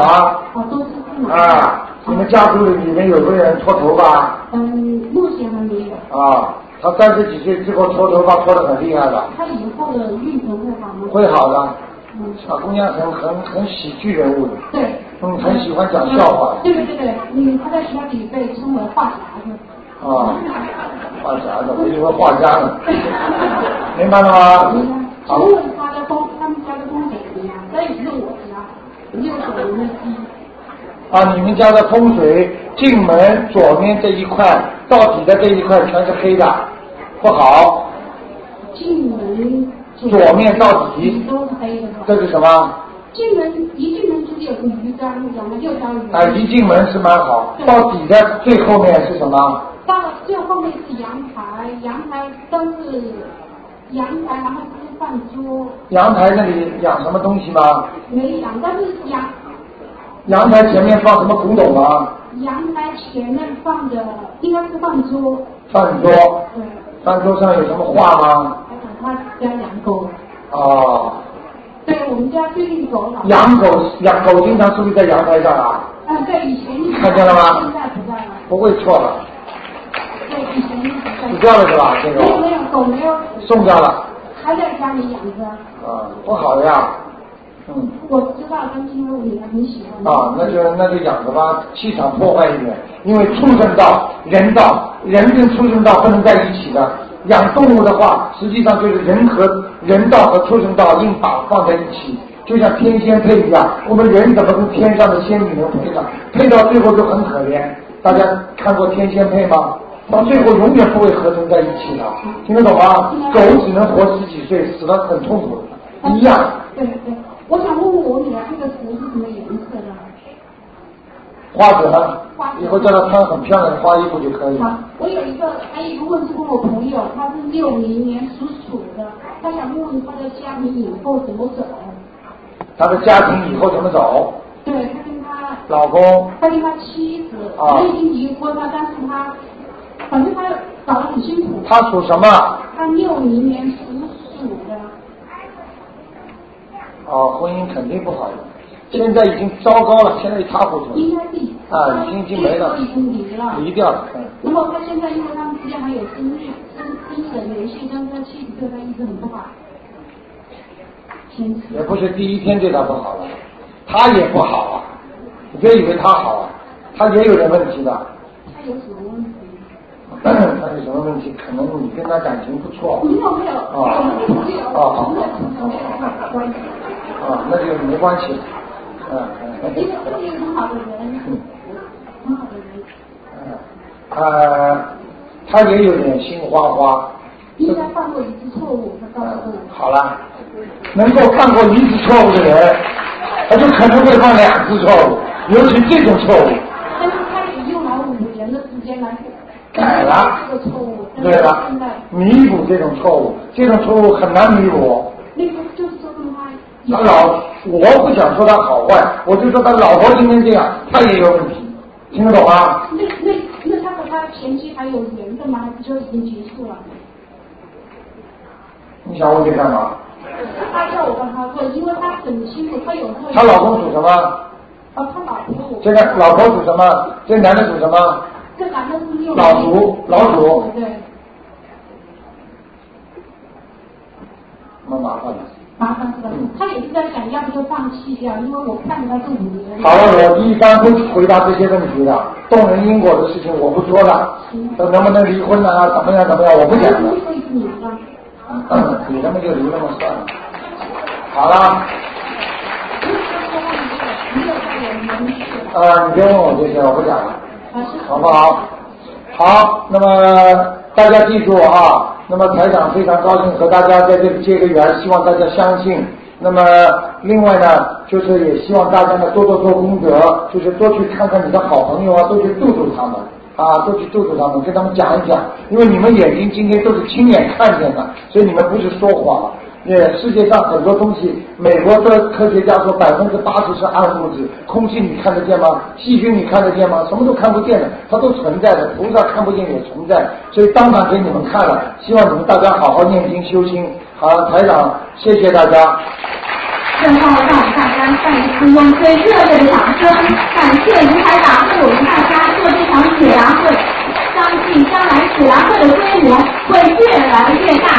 D: 好多次性的。
C: 啊。你们家族里面有个人搓头发？
D: 嗯，目前还没有。
C: 啊，他三十几岁之后搓头发搓得很厉害的，
H: 她以后的运程会好吗？
C: 会好的。
H: 嗯，
C: 小姑娘很很很喜剧人物的，
D: 对。
C: 嗯，很喜欢讲笑话
D: 对对对对，嗯，他在学校里被称为话匣子。
C: 啊，画啥的，我以为画家呢， 明白了吗？
H: 请问他的风，他们家的风水怎么样？那也是我家，六手人的鸡，
C: 啊，你们家的风水，进门左面这一块到底的这一块全是黑的，不好。
H: 进门
C: 左面到底，
H: 都是黑的是吧？
C: 这是什么？
H: 进门一进门就是有个鱼竿，你讲的六条鱼。
C: 啊，一进门是蛮好，到底的最后面是什么？
H: 到了最后面是阳台，阳台都是阳台，然后是饭桌，
C: 阳台那里养什么东西吗？
H: 没阳，但是阳
C: 阳台前面放什么古董吗？
H: 阳台前面放的应该是饭桌，
C: 饭桌，
H: 对，
C: 饭桌上有什么画吗？
H: 还有他家养狗，
C: 哦，
H: 对我们家最近狗老，
C: 养狗，养狗经常是不是在阳台上啊？
H: 啊、啊，对，以前
C: 看见了吗
H: 现在不在了。
C: 不会错了，
H: 对，以前不在。
C: 死掉了是吧这个
H: 没有 没有，狗没有死。
C: 送掉了。
H: 还在家里养着，
C: 啊，不好呀，嗯，
H: 我知道，但是因为我女儿很喜欢。
C: 啊，那就那就养着吧，气场破坏一点，因为畜生道、人道，人跟畜生道不能在一起的。养动物的话，实际上就是人和人道和畜生道硬把放在一起，就像天仙配一样。我们人怎么跟天上的仙女能配上？配到最后就很可怜。大家看过天仙配吗？到最后永远不会合成在一起的，听得懂吗？狗只能活十几岁，死得很痛苦，一样。
H: 对对，我想问问我女儿这个图是什么颜色的？
C: 花子呢，以后叫它穿很漂亮的花衣服就可以
H: 好
C: 了。，
H: 我有一个还有一个问题问我朋友，他是六零年属鼠的，他想问问他的家庭以后怎么走。
C: 他的家庭以后怎么走？
H: 对他跟他，
C: 老公
H: 他跟他妻子，
C: 啊
H: 他已经离婚了，但是他反正他搞得很辛苦。
C: 他属什么？
H: 他六零年属鼠的，
C: 哦，婚姻肯定不好了，现在已经糟糕了，现在一塌糊涂
H: 应
C: 了，
H: 该是已
C: 啊，已经已经没了
H: 已，经离了。
C: 离掉了。嗯
H: 那么他现在因为他们之间还有生日生生日的联系，但是他妻子对他一直很不好。天
C: 也不是第一天对他不好了，他也不好啊，你别以为他好啊，他也有点问题的。
H: 他有什么问题？
C: 他有什么问题？可能你跟他感情不错。
H: 没有没有，
C: 啊
H: 我们是朋友，
C: 啊
H: 我们是朋友，关系。
C: 啊，那就没关系了。嗯
H: 因
C: 嗯
H: 为他是一个很好的人，很好的人，
C: 嗯，呃，他也有点心花花。
H: 应该犯过一次错误，他告诉我。
C: 好了，能够犯过一次错误的人，他就可能会犯两次错误，尤其这种错误。
H: 但是他也用来五年的时间来
C: 改了
H: 这个错误。但
C: 对
H: 是
C: 了
H: 现在，
C: 弥补这种错误，这种错误很难弥补。
H: 那个就是说他
C: 他老，我不想说他好坏，我就说他老婆今天这样，他也有问题，听得懂吗？
H: 那那那他和他前妻还有缘分吗？还是就已经结束了？
C: 你想问这干嘛？
H: 他叫我帮他问，因为他很辛苦，他有时候。
C: 她老公属什？么？
H: 啊，他老婆我。
C: 这个老婆属什么？这男的属什么？
H: 这男的是六。
C: 老鼠老鼠
H: 对，
C: 那麻烦了。
H: 麻烦是吧？他也是在想，要不就放弃掉，因为我看着他这五年。
C: 好了，我一般不回答这些问题的，动人因果的事情我不说了。说能不能离婚啊？怎么样怎么样？我嗯不讲 了。
H: 会你吗？
C: 离了嘛就离了嘛，算了。好了，
H: 没有在我们门市
C: 呃，你别问我这些，我不讲了。
H: 还是
C: 好不好？好，那么大家记住啊，那么台长非常高兴和大家在这里结个缘，希望大家相信。那么另外呢，就是也希望大家呢多多做功德，就是多去看看你的好朋友啊，多去度度他们啊，多去度度他们，跟他们讲一讲，因为你们眼睛今天都是亲眼看见的，所以你们不是说谎。也世界上很多东西，美国的科学家说百分之八十是暗物质，空气你看得见吗？细菌你看得见吗？什么都看不见的，它都存在的，菩萨看不见也存在，所以当场给你们看了，希望你们大家好好念经修心。好，台长，谢谢大家。
A: 最后，让我们大家再一次用最热烈的掌声，感谢卢台长为我们大家做这场解答会。相信将来解答会的规模会越来越大，